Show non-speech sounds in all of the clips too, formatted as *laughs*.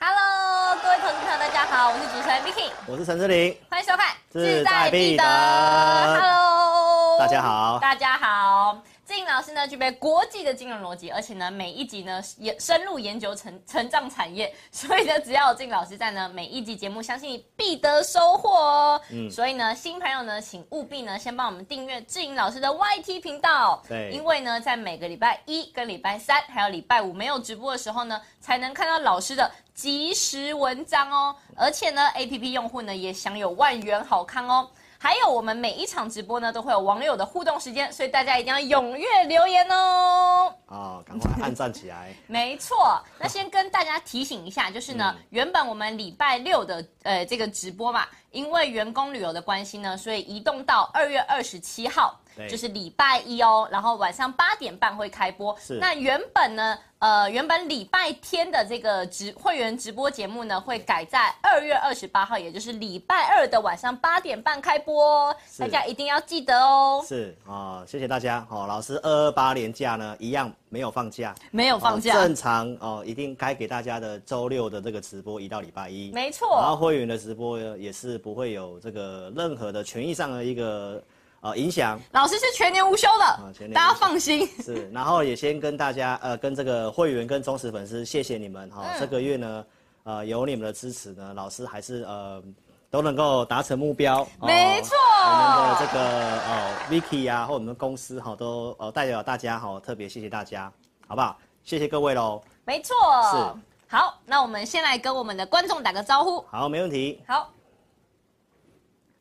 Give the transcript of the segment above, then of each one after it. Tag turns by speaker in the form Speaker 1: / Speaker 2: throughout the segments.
Speaker 1: Hello，各位投资朋友，大家好，我是主持人 Vicky，
Speaker 2: 我是陈志玲，
Speaker 1: 欢迎收看《
Speaker 2: 志在必得
Speaker 1: Hello，
Speaker 2: 大家好
Speaker 1: 哦大家好。静老师呢具备国际的金融逻辑，而且呢每一集呢也深入研究成成长产业，所以呢只要有静老师在呢，每一集节目相信你必得收获哦。
Speaker 2: 嗯
Speaker 1: 所以呢新朋友呢，请务必呢先帮我们订阅志颖老师的 YT 频道，
Speaker 2: 对
Speaker 1: 因为呢在每个礼拜一跟礼拜三还有礼拜五没有直播的时候呢，才能看到老师的。即时文章哦，而且呢，APP 用户呢也享有万元好康哦。还有我们每一场直播呢，都会有网友的互动时间，所以大家一定要踊跃留言哦。
Speaker 2: 啊、赶快按赞起
Speaker 1: *laughs*
Speaker 2: 来，
Speaker 1: 没错，那先跟大家提醒一下，就是呢，
Speaker 2: 嗯
Speaker 1: 原本我们礼拜六的呃这个直播嘛，因为员工旅游的关系呢，所以移动到二月二十七号
Speaker 2: 对，
Speaker 1: 就是礼拜一哦，然后晚上八点半会开播。
Speaker 2: 是
Speaker 1: 那原本呢，呃，原本礼拜天的这个直会员直播节目呢，会改在二月二十八号，也就是礼拜二的晚上八点半开播哦，
Speaker 2: 是
Speaker 1: 大家一定要记得哦，
Speaker 2: 是啊、谢谢大家哦。老师二二八连假呢，一样没有放假，
Speaker 1: 没有放假，
Speaker 2: 哦正常哦，一定该给大家的周六的这个直播移到礼拜一，
Speaker 1: 没
Speaker 2: 然
Speaker 1: 错
Speaker 2: 后，会员的直播也是不会有这个任何的权益上的一个呃
Speaker 1: *laughs*
Speaker 2: 影响，
Speaker 1: 老师是全年无休的
Speaker 2: 哦全年，无
Speaker 1: 大家
Speaker 2: 休
Speaker 1: 放心。
Speaker 2: 是，然后也先跟大家呃，跟这个会员跟忠实粉丝，谢谢你们哈、
Speaker 1: 嗯
Speaker 2: 这个月呢，呃，有你们的支持呢，老师还是呃都能够达成目标。哦
Speaker 1: 没错
Speaker 2: 我们的这个哦 Vicky 啊，或我们公司哈、都呃代表大家哈、特别谢谢大家，好不好？谢谢各位喽。
Speaker 1: 没错，
Speaker 2: 是。
Speaker 1: 好，那我们先来跟我们的观众打个招呼。
Speaker 2: 好，没问题。
Speaker 1: 好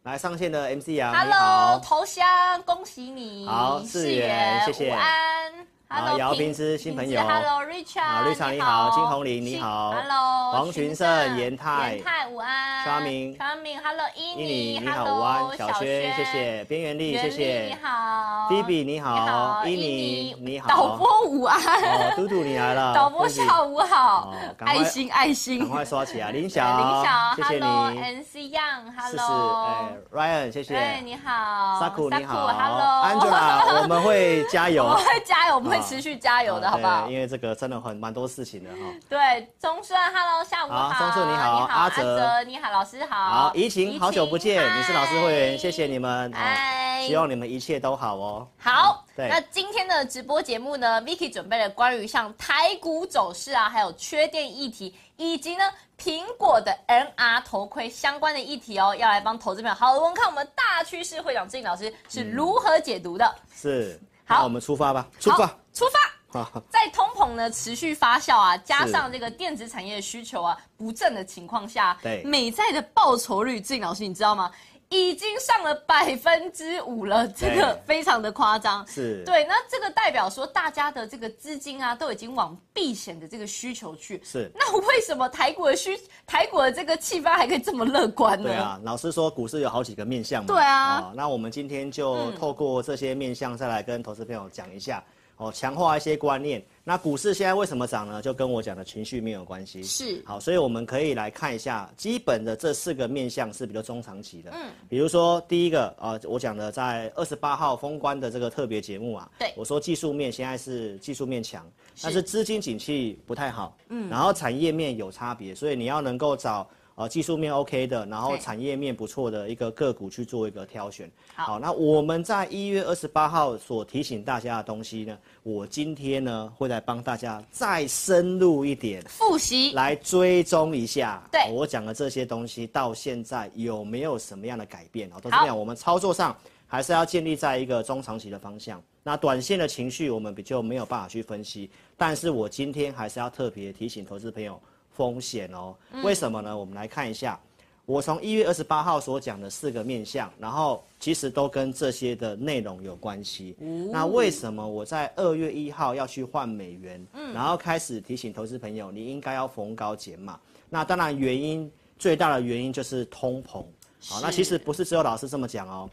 Speaker 2: 来上线的 MC 啊，你
Speaker 1: ，Hello，
Speaker 2: 好。
Speaker 1: 头香，恭喜你，
Speaker 2: 好
Speaker 1: 世
Speaker 2: 世元谢谢
Speaker 1: 午安。Hello，
Speaker 2: 姚
Speaker 1: 平
Speaker 2: 平之新朋友
Speaker 1: ，Hello Richard，
Speaker 2: 啊，Richard，你好金红玲你好
Speaker 1: ，Hello，
Speaker 2: 黄群胜严泰
Speaker 1: 严泰午安，
Speaker 2: 川明
Speaker 1: 川明，Hello，伊
Speaker 2: 伊妮，你好，
Speaker 1: ，Hello，
Speaker 2: 午安，小
Speaker 1: 轩
Speaker 2: 轩，谢，谢，边缘力，
Speaker 1: 袁
Speaker 2: 谢
Speaker 1: 丽你
Speaker 2: 谢，
Speaker 1: 好
Speaker 2: 菲比你
Speaker 1: 你
Speaker 2: 好，
Speaker 1: 好，
Speaker 2: 伊
Speaker 1: 伊
Speaker 2: 妮
Speaker 1: 妮，
Speaker 2: 你好，
Speaker 1: 导播午
Speaker 2: 哦
Speaker 1: 安，，
Speaker 2: 嘟嘟你来了，
Speaker 1: *laughs* 导播
Speaker 2: 嘟嘟
Speaker 1: 下午好
Speaker 2: 哦，赶快
Speaker 1: 爱心爱心，
Speaker 2: 赶快刷起来，林
Speaker 1: 哎 *laughs* 林
Speaker 2: 晓，
Speaker 1: 晓
Speaker 2: 谢谢你，
Speaker 1: ，Hello，NC Young，Hello，
Speaker 2: 是是，哎，Ryan，谢
Speaker 1: 哎，
Speaker 2: 谢
Speaker 1: 你好
Speaker 2: ，Saku 你好
Speaker 1: ，Hello，
Speaker 2: ，Angela，我们会加油，
Speaker 1: *laughs* 我 *laughs* 们会加油，我们会
Speaker 2: 啊
Speaker 1: 持续加油的，好不好
Speaker 2: 对？因为这个真的很蛮多事情的哈。
Speaker 1: 对，钟顺，Hello，下午好，
Speaker 2: 好钟顺你好阿
Speaker 1: 阿
Speaker 2: 哲
Speaker 1: 哲，你好，老师好，
Speaker 2: 好，怡情，好久不见，
Speaker 1: 嗨
Speaker 2: 你是老师会员，谢谢你们，啊，
Speaker 1: 嗨，
Speaker 2: 希望你们一切都好哦。
Speaker 1: 好，
Speaker 2: 对
Speaker 1: 那今天的直播节目呢，Vicky 准备了关于像台股走势啊，还有缺电议题，以及呢苹果的 NR 头盔相关的议题哦，要来帮投资朋友好好地问看我们大趋势会长志颖老师是如何解读的。
Speaker 2: 是，
Speaker 1: 好
Speaker 2: 那我们出发吧，出
Speaker 1: 好，出发。
Speaker 2: 发，
Speaker 1: 在通膨呢持续发酵啊，加上这个电子产业的需求啊不振的情况下，
Speaker 2: 对
Speaker 1: 美债的报酬率，志颖老师你知道吗？已经上了百分之五了，这个
Speaker 2: 对
Speaker 1: 非常的夸张。
Speaker 2: *laughs* 是，
Speaker 1: 对，那这个代表说大家的这个资金啊，都已经往避险的这个需求去。
Speaker 2: 是。
Speaker 1: 那为什么台股的需台股的这个气氛还可以这么乐观呢？
Speaker 2: 对啊，老师说股市有好几个面向嘛。
Speaker 1: 对啊嗯
Speaker 2: 哦那我们今天就透过这些面向，再来跟投资朋友讲一下，哦，强化一些观念。那股市现在为什么涨呢？就跟我讲的情绪面有关系。
Speaker 1: 是
Speaker 2: 好，所以我们可以来看一下基本的这四个面向是比较中长期的。嗯，比如说第一个啊、呃我讲的在二十八号封关的这个特别节目啊，
Speaker 1: 对
Speaker 2: 我说技术面现在是技术面强，但是资金景气不太好，嗯，然后产业面有差别，所以你要能够找呃技术面 OK 的，然后
Speaker 1: 对
Speaker 2: 产业面不错的一个个股去做一个挑选。
Speaker 1: 好
Speaker 2: 那我们在一月二十八号所提醒大家的东西呢，我今天呢会来帮大家再深入一点。
Speaker 1: 复习
Speaker 2: 来追踪一下，
Speaker 1: 对
Speaker 2: 哦我讲的这些东西到现在有没有什么样的改变啊？都是
Speaker 1: 好
Speaker 2: 这样，我们操作上还是要建立在一个中长期的方向。那短线的情绪我们比较没有办法去分析，但是我今天还是要特别提醒投资朋友风险哦。
Speaker 1: 嗯
Speaker 2: 为什么呢？我们来看一下，我从一月二十八号所讲的四个面向，然后其实都跟这些的内容有关系。那为什么我在二月一号要去换美元？然后开始提醒投资朋友，你应该要逢高减码。那当然，原因最大的原因就是通膨。好，那其实不是只有老师这么讲哦。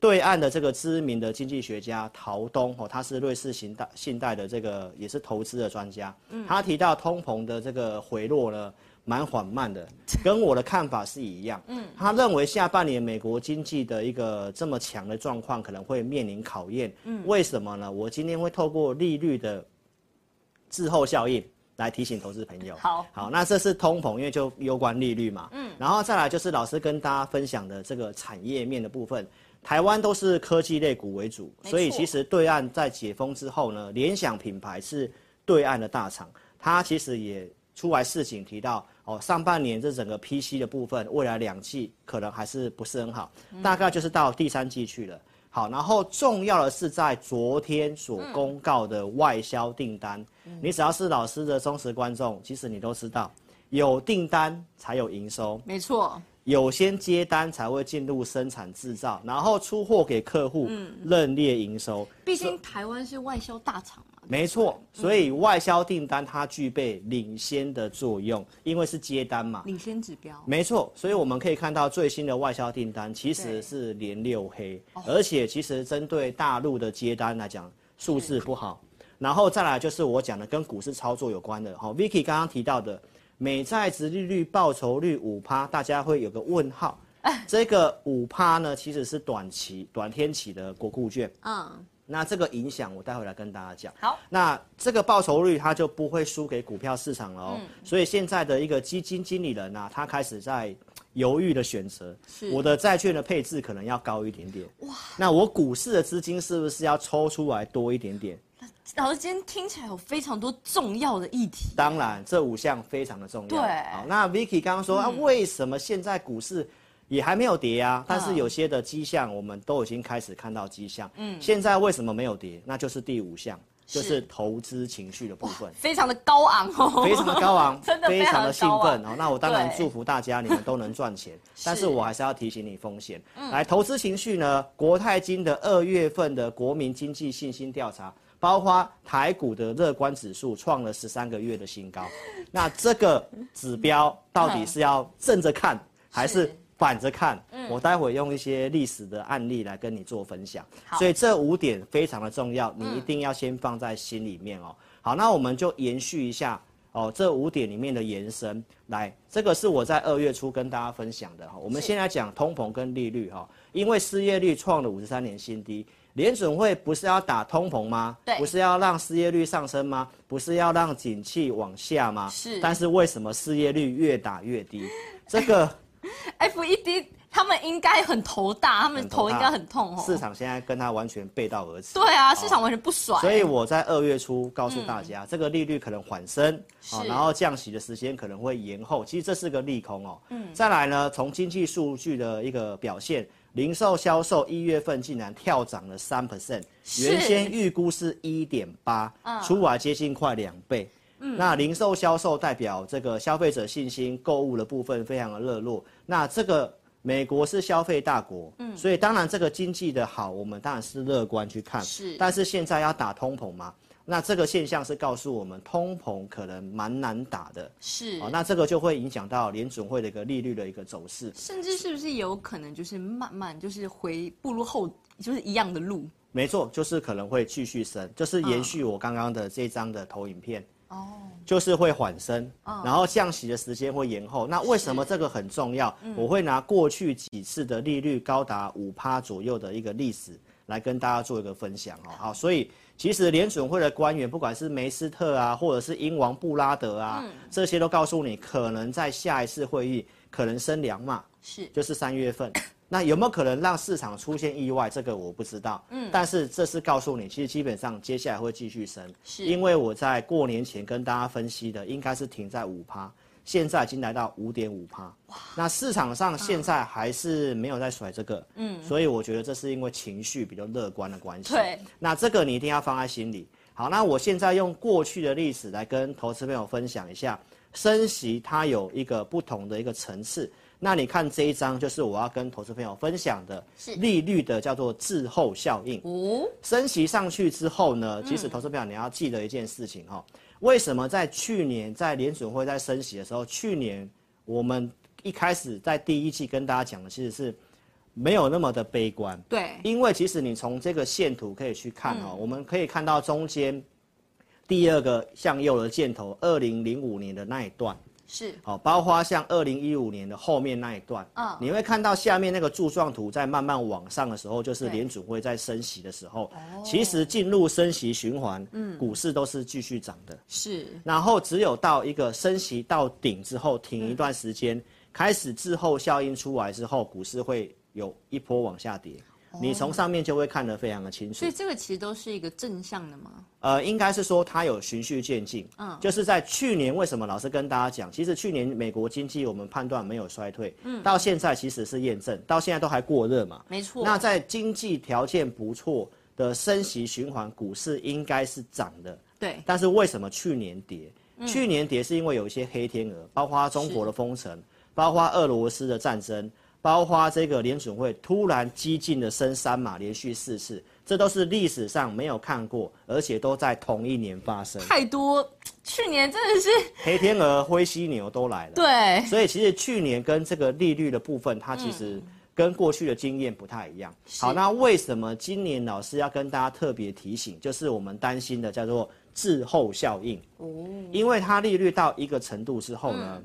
Speaker 2: 对岸的这个知名的经济学家陶东哦，他是瑞士信贷信贷的这个也是投资的专家，他提到通膨的这个回落呢蛮缓慢的，跟我的看法是一样。嗯，他认为下半年美国经济的一个这么强的状况可能会面临考验。嗯，为什么呢？我今天会透过利率的滞后效应来提醒投资朋友。
Speaker 1: 好
Speaker 2: 好，那这是通膨，因为就攸关利率嘛。嗯，然后再来就是老师跟大家分享的这个产业面的部分。台湾都是科技类股为主，
Speaker 1: 没错
Speaker 2: 所以其实对岸在解封之后呢，联想品牌是对岸的大厂，它其实也出来市井提到哦，上半年这整个 PC 的部分，未来两季可能还是不是很好，
Speaker 1: 嗯
Speaker 2: 大概就是到第三季去了。好，然后重要的是在昨天所公告的外销订单，
Speaker 1: 嗯
Speaker 2: 你只要是老师的忠实观众，其实你都知道，有订单才有营收，
Speaker 1: 没错，
Speaker 2: 有先接单才会进入生产制造，然后出货给客户，认列营收。
Speaker 1: 毕竟台湾是外销大厂嘛。
Speaker 2: 没错，所以外销订单它具备领先的作用，因为是接单嘛。
Speaker 1: 领先指标，
Speaker 2: 没错，所以我们可以看到最新的外销订单其
Speaker 1: 对
Speaker 2: 实是连六黑，而且其实针对大陆的接单来讲，数字不好。然后再来就是我讲的跟股市操作有关的，好、v i c k y 刚刚提到的美债殖利率报酬率五趴，大家会有个问号。这个五趴呢，其实是短期、短天期的国库券。
Speaker 1: 嗯，
Speaker 2: 那这个影响，我待会来跟大家讲。
Speaker 1: 好，
Speaker 2: 那这个报酬率它就不会输给股票市场了哦。
Speaker 1: 嗯
Speaker 2: 所以现在的一个基金经理人啊，他开始在犹豫的选择，
Speaker 1: 是
Speaker 2: 我的债券的配置可能要高一点点。哇，那我股市的资金是不是要抽出来多一点点？
Speaker 1: 老师今天听起来有非常多重要的议题，
Speaker 2: 当然，这五项非常的重要。
Speaker 1: 对
Speaker 2: 好，那 Vicky 刚刚说、啊，为什么现在股市也还没有跌啊？但是有些的迹象，我们都已经开始看到迹象。嗯，现在为什么没有跌？那就是第五项，就是是投资情绪的部分。
Speaker 1: 非常的高昂哦，，
Speaker 2: *laughs* 非常的高昂
Speaker 1: *laughs* 真的
Speaker 2: 非常的
Speaker 1: 非常
Speaker 2: 兴
Speaker 1: 的高昂
Speaker 2: 奋哦。那我当然
Speaker 1: 对
Speaker 2: 祝福大家，你们都能
Speaker 1: *laughs*
Speaker 2: 赚钱。但是我还是要提醒你风险。
Speaker 1: 嗯
Speaker 2: 来，投资情绪呢？国泰金的二月份的国民经济信心调查，包括台股的乐观指数创了十三个月的新高。那这个指标到底是要正
Speaker 1: *laughs*
Speaker 2: 着看，还是
Speaker 1: 是？嗯
Speaker 2: 反着看，我待会用一些历史的案例来跟你做分享
Speaker 1: 好，嗯
Speaker 2: 所以这五点非常的重要，你一定要先放在心里面哦。好，那我们就延续一下哦，这五点里面的延伸。来，这个是我在二月初跟大家分享的哈、我们先来讲通膨跟利率哈、因为失业率创了五十三年新低，联准会不是要打通膨吗？
Speaker 1: 对
Speaker 2: 不是要让失业率上升吗？不是要让景气往下吗？
Speaker 1: 是
Speaker 2: 但是为什么失业率越打越低？这个。
Speaker 1: FED 他们应该很头大，他们
Speaker 2: 很头
Speaker 1: 头应
Speaker 2: 大
Speaker 1: 该很痛哦。
Speaker 2: 市场现在跟它完全背道而驰。
Speaker 1: 对啊，市场完全不甩。
Speaker 2: 所以我在二月初告诉大家，这个利率可能缓升，
Speaker 1: 嗯
Speaker 2: 好，
Speaker 1: 是
Speaker 2: 然后降息的时间可能会延后，其实这是个利空哦。嗯，再来呢，从经济数据的一个表现，零售销售一月份竟然跳涨了三 percent，
Speaker 1: 是嗯
Speaker 2: 原先预估是一点八，出来接近快两倍。那零售销售代表这个消费者信心，购物的部分非常的热络。那这个美国是消费大国，嗯，所以当然这个经济的好，我们当然是乐观去看。
Speaker 1: 是
Speaker 2: 但是现在要打通膨嘛，那这个现象是告诉我们通膨可能蛮难打的。
Speaker 1: 是
Speaker 2: 哦，，那这个就会影响到联准会的一个利率的一个走势。
Speaker 1: 甚至是不是也有可能就是慢慢就是回步入后，就是一样的路？
Speaker 2: 没错，就是可能会继续升，就是延续我刚刚的这张的投影片。嗯哦，嗯就是会缓升，然后降息的时间会延后。那为什么这个很重要？我会拿过去几次的利率高达五趴左右的一个历史来跟大家做一个分享哦。好，所以其实联准会的官员，不管是梅斯嗯特啊，或者是英王布拉德啊，这些都告诉你，可能在下一次会议可能升两码，
Speaker 1: 是
Speaker 2: 就是三月份。那有没有可能让市场出现意外？这个我不知道。嗯，但是这是告诉你，其实基本上接下来会继续升，
Speaker 1: 是
Speaker 2: 因为我在过年前跟大家分析的，应该是停在五趴，现在已经来到五点五趴。那市场上现在还是没有在甩这个，嗯，所以我觉得这是因为情绪比较乐观的关系。
Speaker 1: 对，
Speaker 2: 那这个你一定要放在心里。好，那我现在用过去的历史来跟投资朋友分享一下，升息它有一个不同的一个层次。那你看这一张，就是我要跟投资朋友分享的
Speaker 1: 是
Speaker 2: 利率的叫做滞后效应。
Speaker 1: 五
Speaker 2: 升息上去之后呢，其实投资朋友你要记得一件事情哈、为什么在去年在联准会在升息的时候，去年我们一开始在第一季跟大家讲的其实是没有那么的悲观，
Speaker 1: 对
Speaker 2: 因为其实你从这个线图可以去看哦，
Speaker 1: 嗯
Speaker 2: 我们可以看到中间第二个向右的箭头，二零零五年的那一段，
Speaker 1: 是
Speaker 2: 好，包括像二零一五年的后面那一段，
Speaker 1: 嗯
Speaker 2: 你会看到下面那个柱状图在慢慢往上的时候，就是
Speaker 1: 对哦
Speaker 2: 联储会在升息的时候，其实进入升息循环，
Speaker 1: 嗯
Speaker 2: 股市都是继续涨的。
Speaker 1: 是
Speaker 2: 然后只有到一个升息到顶之后，停一段时间，开始滞后效应出来之后，股市会有一波往下跌。你从上面就会看得非常的清楚
Speaker 1: 所以，这个其实都是一个正向的嘛，
Speaker 2: 呃，应该是说它有循序渐进，嗯，就是在去年为什么老师跟大家讲，其实去年美国经济我们判断没有衰退，嗯，到现在其实是验证，到现在都还过热嘛，
Speaker 1: 没错。
Speaker 2: 那在经济条件不错的升息循环，股市应该是涨的，
Speaker 1: 对
Speaker 2: 但是为什么去年跌？去年跌是因为有一些黑天鹅，包括中国的封城，包括俄罗斯的战争，包括这个联准会突然激进的升三码，连续四次，这都是历史上没有看过，而且都在同一年发生。
Speaker 1: 太多，去年真的是
Speaker 2: 黑天鹅、灰犀牛都来了。
Speaker 1: 对
Speaker 2: 所以其实去年跟这个利率的部分，它其实跟过去的经验不太一样。好，那为什么今年老师要跟大家特别提醒，就是我们担心的叫做滞后效应。哦，
Speaker 1: 嗯
Speaker 2: 因为它利率到一个程度之后呢，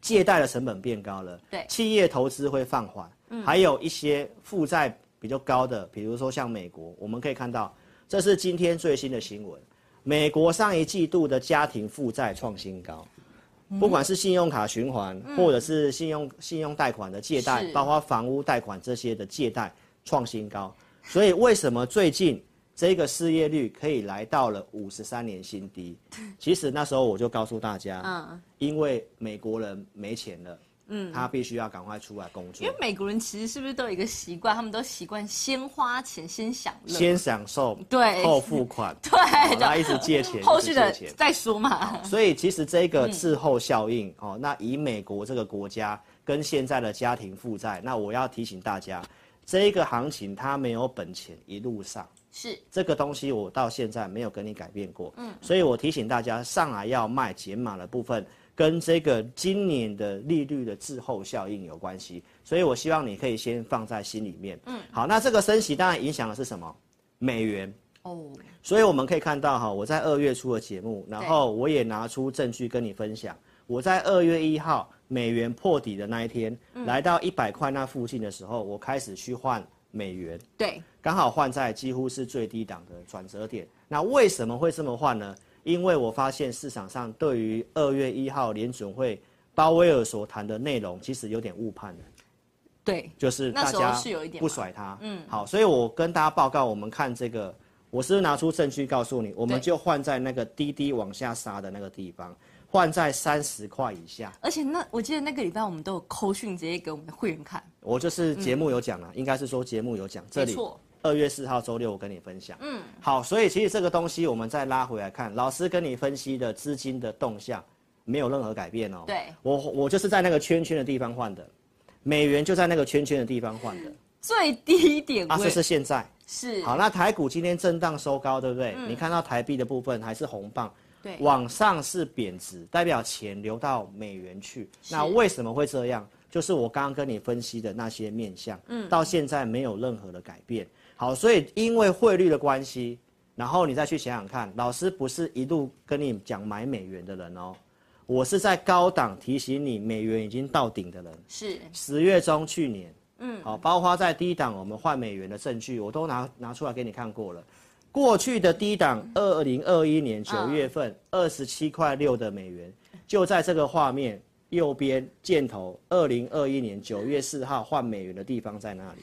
Speaker 2: 借贷的成本变高了，
Speaker 1: 对嗯
Speaker 2: 企业投资会放缓，还有一些负债比较高的，比如说像美国，我们可以看到，这是今天最新的新闻。美国上一季度的家庭负债创新高，
Speaker 1: 嗯
Speaker 2: 不管是信用卡循环，或者是信用信用贷款的借贷
Speaker 1: 是，
Speaker 2: 包括房屋贷款这些的借贷创新高。所以为什么最近这个失业率可以来到了五十三年新低？其实那时候我就告诉大家，
Speaker 1: 嗯
Speaker 2: 因为美国人没钱了，嗯，他必须要赶快出来工作
Speaker 1: 因为，美国人其实是不是都有一个习惯，他们都习惯先花钱先享乐，
Speaker 2: 先享受，
Speaker 1: 对
Speaker 2: 后付款，
Speaker 1: *laughs* 对
Speaker 2: 然后一直借钱，
Speaker 1: *laughs* 后
Speaker 2: 一直
Speaker 1: 续
Speaker 2: 借
Speaker 1: 的嗯
Speaker 2: 钱
Speaker 1: 再说嘛。
Speaker 2: 所以其实这个滞后效应、哦，那以美国这个国家跟现在的家庭负债，那我要提醒大家，这个行情它没有本钱一路上，
Speaker 1: 是
Speaker 2: 这个东西我到现在没有跟你改变过，嗯，所以我提醒大家，上来要卖减码的部分。跟这个今年的利率的滞后效应有关系，所以我希望你可以先放在心里面。嗯，好，那这个升息当然影响的是什么？美元，
Speaker 1: 哦，
Speaker 2: 所以我们可以看到哈，我在二月初的节目，然后我也拿出证据跟你分享。我在二月一号美元破底的那一天，来到一百块那附近的时候，我开始去换美元，
Speaker 1: 对，
Speaker 2: 刚好换在几乎是最低档的转折点。那为什么会这么换呢？因为我发现市场上对于二月一号联准会鲍威尔所谈的内容，其实有点误判了。
Speaker 1: 对，
Speaker 2: 就是大
Speaker 1: 那时
Speaker 2: 家
Speaker 1: 候是有一点
Speaker 2: 不甩他。嗯，好，所以我跟大家报告，我们看这个，我是不是拿出证据告诉你，我们
Speaker 1: 对
Speaker 2: 就换在那个滴滴往下杀的那个地方，换在三十块以下。
Speaker 1: 而且那我记得那个礼拜我们都有扣讯直接给我们的会员看，
Speaker 2: 我就是节目有讲了，应该是说节目有讲
Speaker 1: 嗯
Speaker 2: 这
Speaker 1: 没
Speaker 2: 里。
Speaker 1: 错，
Speaker 2: 二月四号周六，我跟你分享。嗯，好，所以其实这个东西我们再拉回来看，老师跟你分析的资金的动向没有任何改变哦。
Speaker 1: 对，
Speaker 2: 我我就是在那个圈圈的地方换的，美元就在那个圈圈的地方换的，
Speaker 1: 最低点
Speaker 2: 啊，这
Speaker 1: 位
Speaker 2: 是现在。
Speaker 1: 是嗯
Speaker 2: 好，那台股今天震荡收高，对不对？你看到台币的部分还是红棒，
Speaker 1: 对
Speaker 2: 往上是贬值，代表钱流到美元去。那为什么会这样？就是我刚刚跟你分析的那些面相，嗯，到现在没有任何的改变。好，所以因为汇率的关系，然后你再去想想看，老师不是一路跟你讲买美元的人哦，我是在高档提醒你美元已经到顶的人。
Speaker 1: 是
Speaker 2: 十月中去年，嗯，好，包括在低档我们换美元的证据，我都拿拿出来给你看过了。过去的低档，二零二一年九月份二十七块六的美元，就在这个画面右边箭头，二零二一年九月四号换美元的地方在哪里？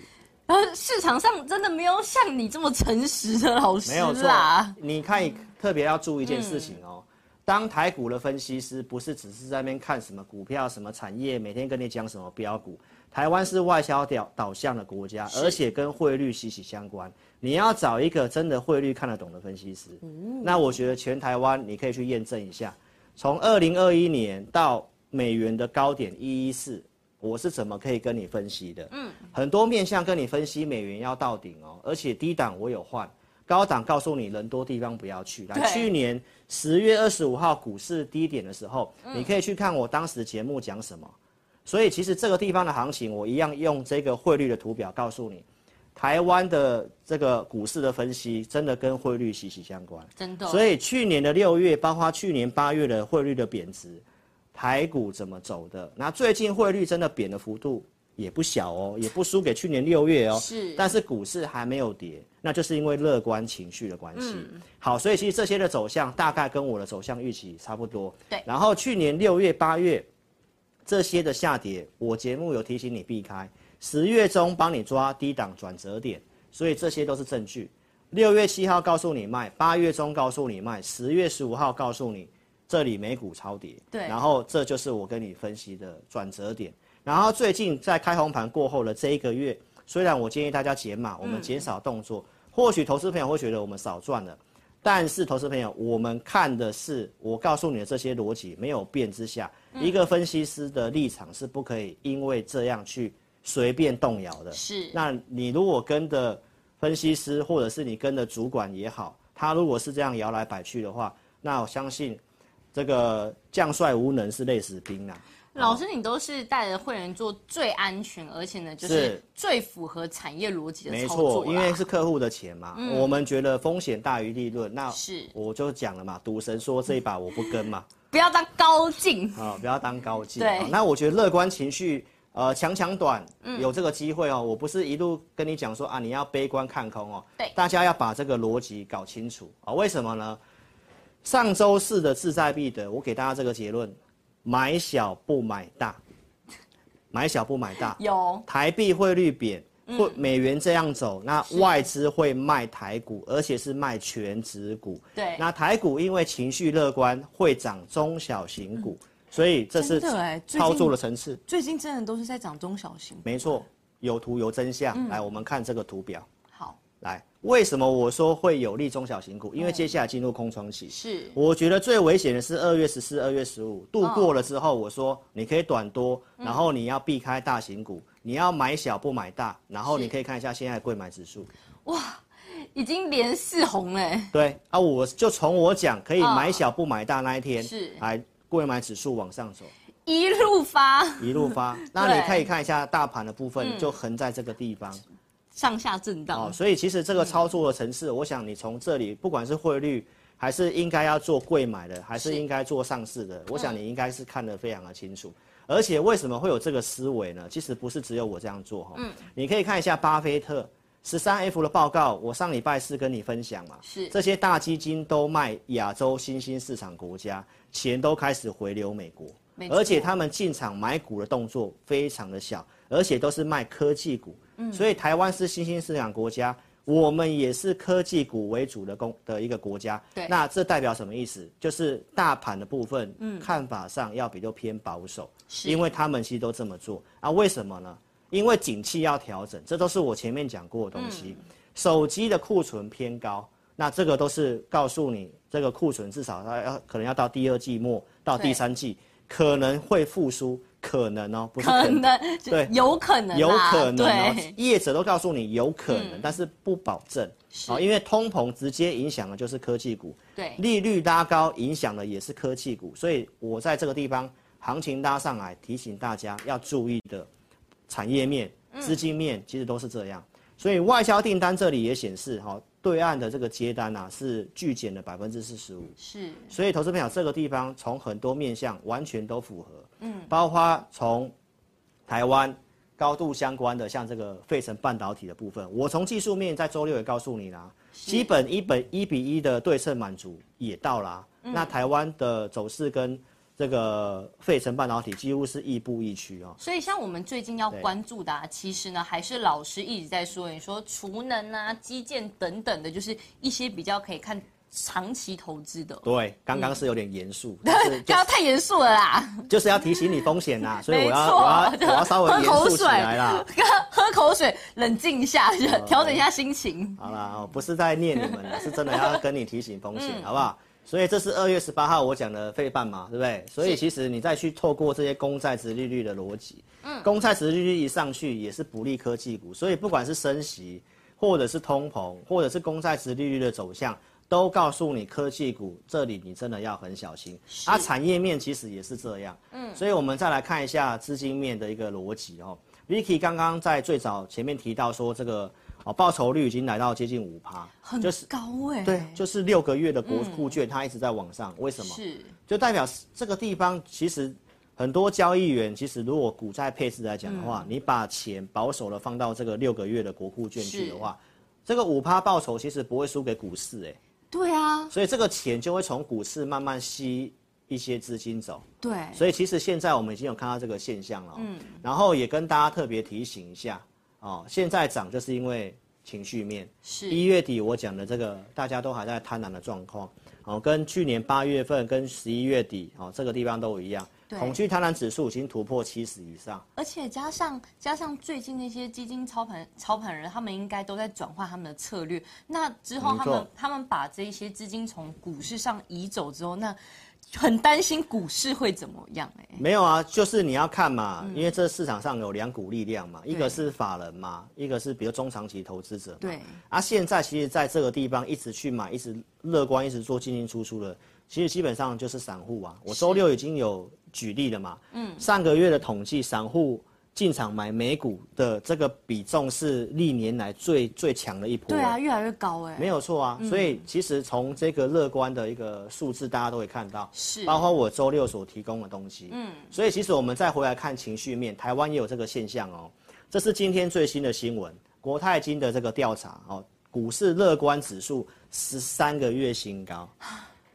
Speaker 1: 然后呃市场上真的没有像你这么诚实的老师
Speaker 2: 没有错
Speaker 1: 啦。，
Speaker 2: 你看特别要注意一件事情哦。当台股的分析师不是只是在那边看什么股票、什么产业，每天跟你讲什么标股。台湾是外销导导向的国家，而且跟汇率息息相关。你要找一个真的汇率看得懂的分析师，那我觉得全台湾你可以去验证一下，从二零二一年到美元的高点一一四，我是怎么可以跟你分析的？嗯，很多面向跟你分析美元要到顶哦，而且低档我有换，高档告诉你人多地方不要去。来，
Speaker 1: 对
Speaker 2: 去年十月二十五号股市低点的时候，你可以去看我当时节目讲什么。所以其实这个地方的行情，我一样用这个汇率的图表告诉你，台湾的这个股市的分析真的跟汇率息息相关。
Speaker 1: 真的。
Speaker 2: 所以去年的六月，包括去年八月的汇率的贬值，台股怎么走的？那最近汇率真的贬的幅度也不小哦，也不输给去年六月哦。
Speaker 1: 是
Speaker 2: 但是股市还没有跌，那就是因为乐观情绪的关系。
Speaker 1: 嗯
Speaker 2: 好，所以其实这些的走向大概跟我的走向预期差不多。
Speaker 1: 对
Speaker 2: 然后去年六月、八月这些的下跌，我节目有提醒你避开。十月中帮你抓低档转折点，所以这些都是证据。六月七号告诉你卖，八月中告诉你卖，十月十五号告诉你这里美股超跌，
Speaker 1: 对
Speaker 2: 然后这就是我跟你分析的转折点。然后最近在开红盘过后的这一个月，虽然我建议大家减码，我们减少动作，或许投资朋友会觉得我们少赚了，但是投资朋友，我们看的是我告诉你的这些逻辑没有变之下，
Speaker 1: 嗯
Speaker 2: 一个分析师的立场是不可以因为这样去随便动摇的。
Speaker 1: 是
Speaker 2: 那哦你如果跟的分析师，或者是你跟的主管也好，他如果是这样摇来摆去的话，那我相信这个将帅无能是累死兵啊。
Speaker 1: 老师，你都是带着会员做最安全，而且呢，就是
Speaker 2: 是
Speaker 1: 最符合产业逻辑的
Speaker 2: 没
Speaker 1: 操作
Speaker 2: 错，
Speaker 1: 啦嗯
Speaker 2: 因为是客户的钱嘛，我们觉得风险大于利润，那
Speaker 1: 是
Speaker 2: 我就讲了嘛，赌神说这一把我不跟嘛，
Speaker 1: 不要当高进，
Speaker 2: 啊、不要当高进。
Speaker 1: 对
Speaker 2: 好那我觉得乐观情绪，呃，强强短，
Speaker 1: 嗯
Speaker 2: 有这个机会哦。我不是一路跟你讲说啊，你要悲观看空哦。
Speaker 1: 对
Speaker 2: 大家要把这个逻辑搞清楚啊、为什么呢？上周四的志在必得，我给大家这个结论：买小不买大，买小不买大。
Speaker 1: 有嗯
Speaker 2: 台币汇率贬，或美元这样走，那外资会卖台股，而且是卖全指股。
Speaker 1: 对，
Speaker 2: 那台股因为情绪乐观，会涨中小型股，所以这是
Speaker 1: 嗯真的欸最近
Speaker 2: 操作的层次。
Speaker 1: 最近真的都是在涨中小型。
Speaker 2: 没错，有图有真相。
Speaker 1: 嗯
Speaker 2: 来，我们看这个图表。
Speaker 1: 好，
Speaker 2: 来，为什么我说会有利中小型股？因为接下来进入空窗期。
Speaker 1: 是
Speaker 2: 我觉得最危险的是二月十四、二月十五度过了之后，我说你可以短多，
Speaker 1: 嗯
Speaker 2: 然后你要避开大型股，你要买小不买大，然后你可以看一下现在的贵买指数。
Speaker 1: 已经连四红欸嘞，
Speaker 2: 对啊，我就从我讲可以
Speaker 1: 嗯
Speaker 2: 买小不买大那一天，
Speaker 1: 是
Speaker 2: 来贵买指数往上走。
Speaker 1: 一路发
Speaker 2: 一路发。那你可以看一下大盘的部分，就横在这个地方
Speaker 1: 上下震
Speaker 2: 哦。
Speaker 1: 荡，
Speaker 2: 所以其实这个操作的层次，我想你从这里，不管是汇率，还是应该要做贵买的，还是
Speaker 1: 是
Speaker 2: 应该做上市的，我想你应该是看得非常的清楚。而且为什么会有这个思维呢？其实不是只有我这样做哈。你可以看一下巴菲特十三 F 的报告，我上礼拜四跟你分享嘛。
Speaker 1: 是
Speaker 2: 这些大基金都卖亚洲新兴市场国家，钱都开始回流美国。
Speaker 1: 没错
Speaker 2: 而且他们进场买股的动作非常的小，而且都是卖科技股。
Speaker 1: 嗯
Speaker 2: 所以台湾是新兴市场国家，我们也是科技股为主的公的一个国家。
Speaker 1: 对
Speaker 2: 那这代表什么意思？就是大盘的部分，看法上要比较偏保守，
Speaker 1: 嗯是
Speaker 2: 因为他们其实都这么做啊。为什么呢？因为景气要调整，这都是我前面讲过的东西。
Speaker 1: 嗯
Speaker 2: 手机的库存偏高，那这个都是告诉你，这个库存至少它要可能要到第二季末到第三季可能会复苏，可能哦，不是
Speaker 1: 可能
Speaker 2: 对
Speaker 1: 有可能啦
Speaker 2: 有可能哦
Speaker 1: 对，嗯
Speaker 2: 业者都告诉你有可能，但是不保证。好，因为通膨直接影响的就是科技股，
Speaker 1: 对
Speaker 2: 利率拉高影响的也是科技股，所以我在这个地方行情拉上来，提醒大家要注意的产业面、资金面其实都是这样。所以外销订单这里也显示，哈、对岸的这个接单啊是巨减了百分之四十五。
Speaker 1: 是
Speaker 2: 所以投资朋友这个地方从很多面向完全都符合，嗯，包括从台湾高度相关的像这个费城半导体的部分，我从技术面在周六也告诉你啦，基
Speaker 1: 嗯
Speaker 2: 本一本一比一的对称满足也到啦、那台湾的走势跟这个费城半导体几乎是亦步亦趋哦。
Speaker 1: 所以像我们最近要
Speaker 2: 对
Speaker 1: 关注的、啊，其实呢还是老师一直在说，你说储能啊、基建等等的，就是一些比较可以看长期投资的。
Speaker 2: 对，
Speaker 1: 嗯
Speaker 2: 刚刚是有点严肃，但是
Speaker 1: *laughs* 不
Speaker 2: 就
Speaker 1: 要太严肃了啦， *laughs*
Speaker 2: 就是要提醒你风险呐，所以我
Speaker 1: 没
Speaker 2: 要
Speaker 1: 错
Speaker 2: 我要我要稍微
Speaker 1: 喝
Speaker 2: 严
Speaker 1: *laughs* 口
Speaker 2: 肃起
Speaker 1: 水
Speaker 2: 来啦。
Speaker 1: 喝口水，冷静一下，
Speaker 2: 啊
Speaker 1: *laughs* 调整一下心情。
Speaker 2: 好啦，哦我不是在念你们，是真的要跟你提醒风险，好不好？所以这是二月十八号我讲的费半嘛，对不对？所以其实你再去透过这些公债值利率的逻辑，嗯，公债值利率一上去也是不利科技股，所以不管是升息，或者是通膨，或者是公债值利率的走向，都告诉你科技股这里你真的要很小心。啊，产业面其实也是这样，嗯，所以我们再来看一下资金面的一个逻辑哦。Vicky 刚刚在最早前面提到说这个。哦，报酬率已经来到接近五趴，
Speaker 1: 很
Speaker 2: 就是
Speaker 1: 高哎、
Speaker 2: 对，嗯就是六个月的国库券，它一直在往上，为什么？
Speaker 1: 是
Speaker 2: 就代表这个地方其实很多交易员，其实如果股债配置来讲的话，你把钱保守的放到这个六个月的国库券去的话，这个五趴报酬其实不会输给股市、欸，
Speaker 1: 对啊，
Speaker 2: 所以这个钱就会从股市慢慢吸一些资金走。
Speaker 1: 对，
Speaker 2: 所以其实现在我们已经有看到这个现象了、嗯，然后也跟大家特别提醒一下哦，现在涨就是因为情绪面。一
Speaker 1: 是
Speaker 2: 月底我讲的这个，大家都还在贪婪的状况，哦，跟去年八月份跟十一月底哦这个地方都一样，
Speaker 1: 对
Speaker 2: 恐惧贪婪指数已经突破七十以上，
Speaker 1: 而且加上加上最近那些基金操盘操盘人，他们应该都在转换他们的策略。那之后
Speaker 2: 没
Speaker 1: 他
Speaker 2: 错
Speaker 1: 们他们把这一些资金从股市上移走之后，那很担心股市会怎么样哎、
Speaker 2: 没有啊，就是你要看嘛，因为这市场上有两股力量嘛，一
Speaker 1: 嗯对
Speaker 2: 个是法人嘛，一个是比如中长期投资者嘛，
Speaker 1: 对，
Speaker 2: 啊，现在其实在这个地方一直去买，一直乐观，一直做进进出出的，其实基本上就是散户啊。我周六已经有举例了嘛，嗯，上个月的统计，散户进场买美股的这个比重是历年来最最强的一波、
Speaker 1: 对啊，，越来越高哎、
Speaker 2: 没有错啊。所以其实从这个乐观的一个数字，大家都会看到，
Speaker 1: 是
Speaker 2: 包括我周六所提供的东西。嗯，所以其实我们再回来看情绪面，台湾也有这个现象哦。这是今天最新的新闻，国泰金的这个调查哦，股市乐观指数十三个月新
Speaker 1: *sighs*
Speaker 2: 高。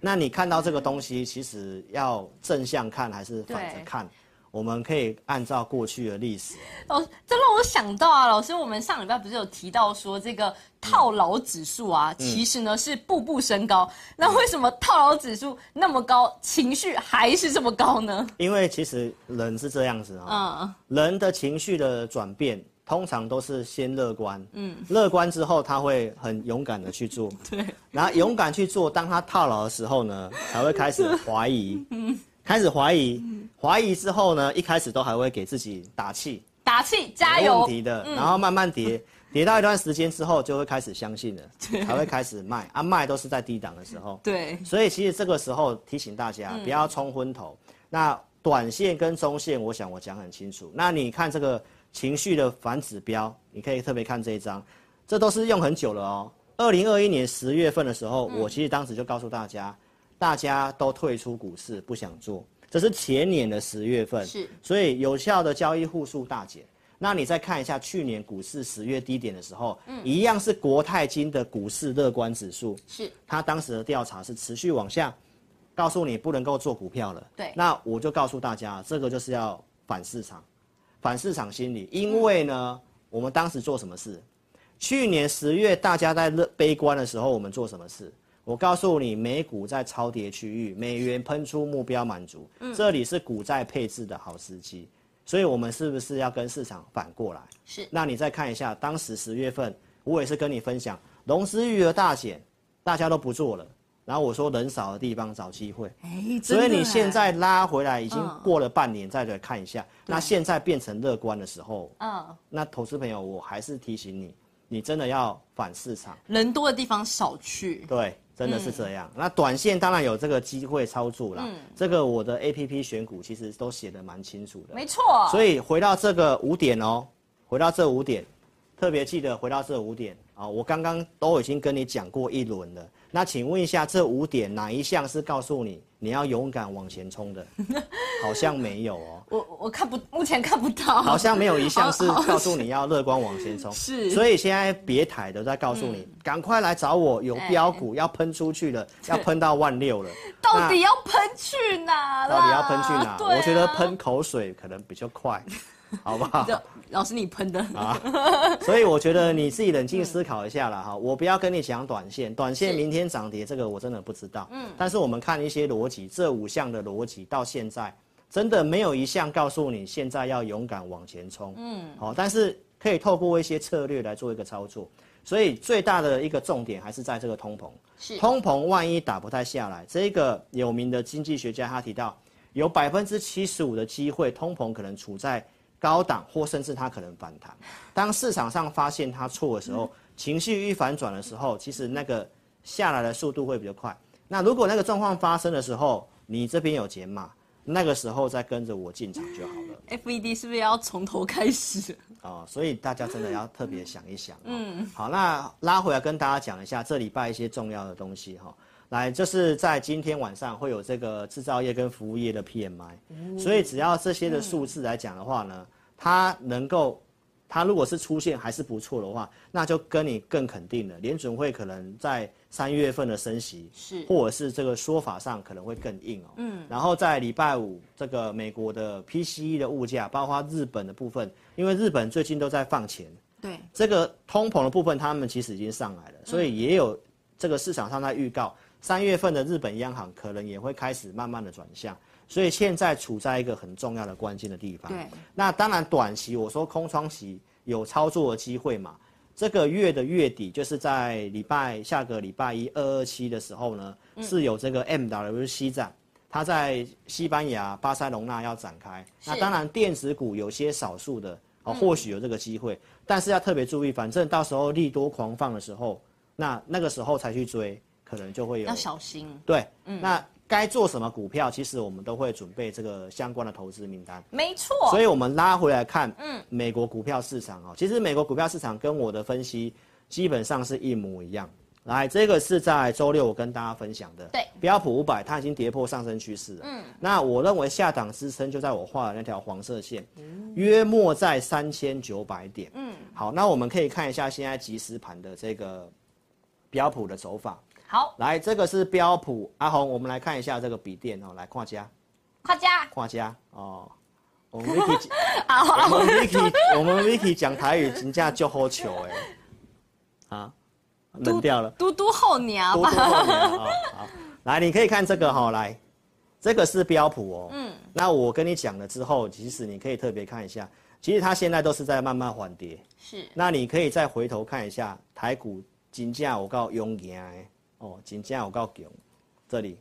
Speaker 2: 那你看到这个东西，其实要正向看还是反着
Speaker 1: 对
Speaker 2: 看？我们可以按照过去的历史，
Speaker 1: 老哦这让我想到啊，老师，我们上礼拜不是有提到说这个
Speaker 2: 嗯
Speaker 1: 套牢指数啊，其实呢是步步升高。那为什么套牢指数那么高，情绪还是这么高呢？
Speaker 2: 因为其实人是这样子啊、
Speaker 1: 嗯，
Speaker 2: 人的情绪的转变，通常都是先乐观，嗯，乐观之后他会很勇敢的去做，对，然后勇敢去做，当他套牢的时候呢，才会开始怀疑，嗯，开始怀疑，怀疑之后呢，一开始都还会给自己打气，
Speaker 1: 打气加
Speaker 2: 没问
Speaker 1: 油，
Speaker 2: 题的，然后慢慢跌，跌到一段时间之后，就会开始相信了，才会开始卖，啊，卖都是在低档的时候，
Speaker 1: 对，
Speaker 2: 所以其实这个时候提醒大家不要冲昏头。那短线跟中线，我想我讲很清楚。那你看这个情绪的反指标，你可以特别看这一张，这都是用很久了哦。二零二一年十月份的时候，我其实当时就告诉大家，大家都退出股市，不想做。这是前年的十月份，
Speaker 1: 是，
Speaker 2: 所以有效的交易户数大减。那你再看一下去年股市十月低点的时候，一样是国泰金的股市乐观指数，
Speaker 1: 是
Speaker 2: 他当时的调查是持续往下，告诉你不能够做股票了。
Speaker 1: 对
Speaker 2: 那我就告诉大家，这个就是要反市场，反市场心理。因为呢，我们当时做什么事？去年十月大家在乐悲观的时候，我们做什么事？我告诉你，美股在超跌区域，美元喷出目标满足，
Speaker 1: 嗯
Speaker 2: 这里是股债配置的好时机。所以我们是不是要跟市场反过来？
Speaker 1: 是
Speaker 2: 那你再看一下，当时十月份，我也是跟你分享，融资余额大减，大家都不做了。然后我说人少的地方找机会，
Speaker 1: 哎，
Speaker 2: 所以
Speaker 1: 真的
Speaker 2: 你现
Speaker 1: 哎，
Speaker 2: 在拉回来已经
Speaker 1: 嗯
Speaker 2: 过了半年，再来看一下。那现在变成乐观的时候，
Speaker 1: 嗯，
Speaker 2: 那投资朋友，我还是提醒你，你真的要反市场。
Speaker 1: 人多的地方少去，
Speaker 2: 对，真的是这
Speaker 1: 嗯
Speaker 2: 样。那短线当然有这个机会操作啦，这个我的 A P P 选股其实都写的蛮清楚的。
Speaker 1: 没错，
Speaker 2: 所
Speaker 1: 以
Speaker 2: 以回到这个五点哦，回到这五点，特别记得回到这五点啊、我刚刚都已经跟你讲过一轮了。那请问一下，这五点哪一项是告诉你你要勇敢往前
Speaker 1: *laughs*
Speaker 2: 冲的，好像没有哦。
Speaker 1: 我我看不，目前看不到。
Speaker 2: 好像没有一项是告诉你要乐观往前冲，
Speaker 1: 哦是嗯
Speaker 2: 所以现在别台都在告诉你，赶快来找我，有标股要喷出去了， *laughs* 要喷到万六了，
Speaker 1: 哎到底要喷去哪啦？
Speaker 2: 那到底要喷去哪？
Speaker 1: 对啊
Speaker 2: 我觉得喷口水可能比较快，好
Speaker 1: *laughs*
Speaker 2: 不好？
Speaker 1: 这老师你喷的，
Speaker 2: 啊 *laughs* 所以我觉得你自己冷静思考一下啦哈，我不要跟你讲短线，短线明天涨跌这个我真的不知道。嗯，但是我们看一些逻辑，这五项的逻辑到现在真的没有一项告诉你现在要勇敢往前冲。嗯，好，但是可以透过一些策略来做一个操作。所以最大的一个重点还是在这个通膨。
Speaker 1: 是
Speaker 2: 通膨万一打不太下来，这个有名的经济学家他提到，有百分之七十五的机会，通膨可能处在高档，或甚至它可能反弹。当市场上发现它错的时候，情绪一反转的时候，其实那个下来的速度会比较快。那如果那个状况发生的时候，你这边有减码，那个时候再跟着我进场就好了。
Speaker 1: FED E 是不是要从头开始？
Speaker 2: 哦，所以大家真的要特别想一想、嗯，好，那拉回来跟大家讲一下这礼拜一些重要的东西哈、来，就是在今天晚上会有这个制造业跟服务业的 PMI，、所以只要这些的数字来讲的话呢，它能够，它如果是出现还是不错的话，那就跟你更肯定了，联准会可能在三月份的升息
Speaker 1: 是
Speaker 2: 或者是这个说法上可能会更硬哦。嗯，然后在礼拜五，这个美国的 PCE 的物价，包括日本的部分，因为日本最近都在放钱，
Speaker 1: 对，
Speaker 2: 这个通膨的部分他们其实已经上来了，所以也有这个市场上在预告，三月份的日本央行可能也会开始慢慢的转向。所以现在处在一个很重要的关键的地方。
Speaker 1: 对，
Speaker 2: 那当然短期我说空窗期有操作的机会嘛，这个月的月底，就是在礼拜下个礼拜一二二七的时候呢，
Speaker 1: 嗯
Speaker 2: 是有这个 MWC 展，它在西班牙巴塞隆纳要展开。那当然，电子股有些少数的
Speaker 1: 嗯
Speaker 2: 哦，或许有这个机会，但是要特别注意，反正到时候利多狂放的时候，那那个时候才去追，可能就会有
Speaker 1: 要小嗯心。
Speaker 2: 对。那该做什么股票，其实我们都会准备这个相关的投资名单。
Speaker 1: 没错，
Speaker 2: 所以我们拉回来看，嗯，美国股票市场哦，其实美国股票市场跟我的分析基本上是一模一样。来，这个是在周六我跟大家分享的，
Speaker 1: 对，
Speaker 2: 标普五百它已经跌破上升趋势了，嗯，那我认为下档支撑就在我画的那条黄色线，约莫在三千九百点，嗯，好，那我们可以看一下现在即时盘的这个标普的走法，
Speaker 1: 好，
Speaker 2: 来，这个是标普，阿红，我们来看一下这个笔电哦，来跨家，
Speaker 1: 夸家
Speaker 2: 跨家哦，我们一起。
Speaker 1: 啊，好
Speaker 2: *laughs* 我们 Vicky，我们 Vicky 讲台语评价就好球哎，啊，冷掉了，
Speaker 1: 嘟嘟后娘
Speaker 2: 多
Speaker 1: 吧
Speaker 2: 多，后面啊，好，来，你可以看这个哈、来，这个是标普哦，嗯，那我跟你讲了之后，其实你可以特别看一下，其实它现在都是在慢慢缓跌，
Speaker 1: 是
Speaker 2: 那你可以再回头看一下台股金价有够勇行的哦，金价有够强，这里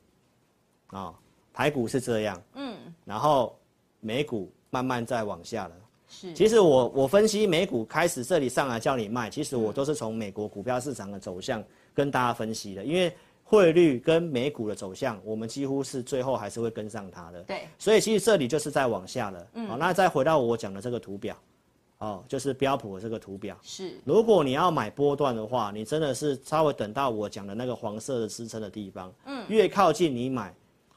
Speaker 2: 啊、哦，台股是这样，嗯，然后美股慢慢在往下了。
Speaker 1: 是，
Speaker 2: 其实我我分析美股开始这里上来叫你卖，其实我都是从美国股票市场的走向跟大家分析的，因为汇率跟美股的走向，我们几乎是最后还是会跟上它的。
Speaker 1: 对，
Speaker 2: 所以其实这里就是在往下了。好、那再回到我讲的这个图表，哦，就是标普的这个图表。
Speaker 1: 是
Speaker 2: 如果你要买波段的话，你真的是稍微等到我讲的那个黄色的支撑的地方，嗯，越靠近你买，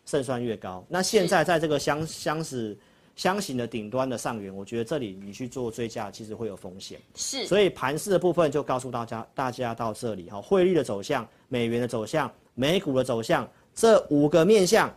Speaker 2: 胜算越高。那现在在这个相相似相形的顶端的上缘，我觉得这里你去做追加，其实会有风险。
Speaker 1: 是，
Speaker 2: 所以盘势的部分就告诉大家，大家到这里哈，汇率的走向、美元的走向、美股的走向，这五个面向，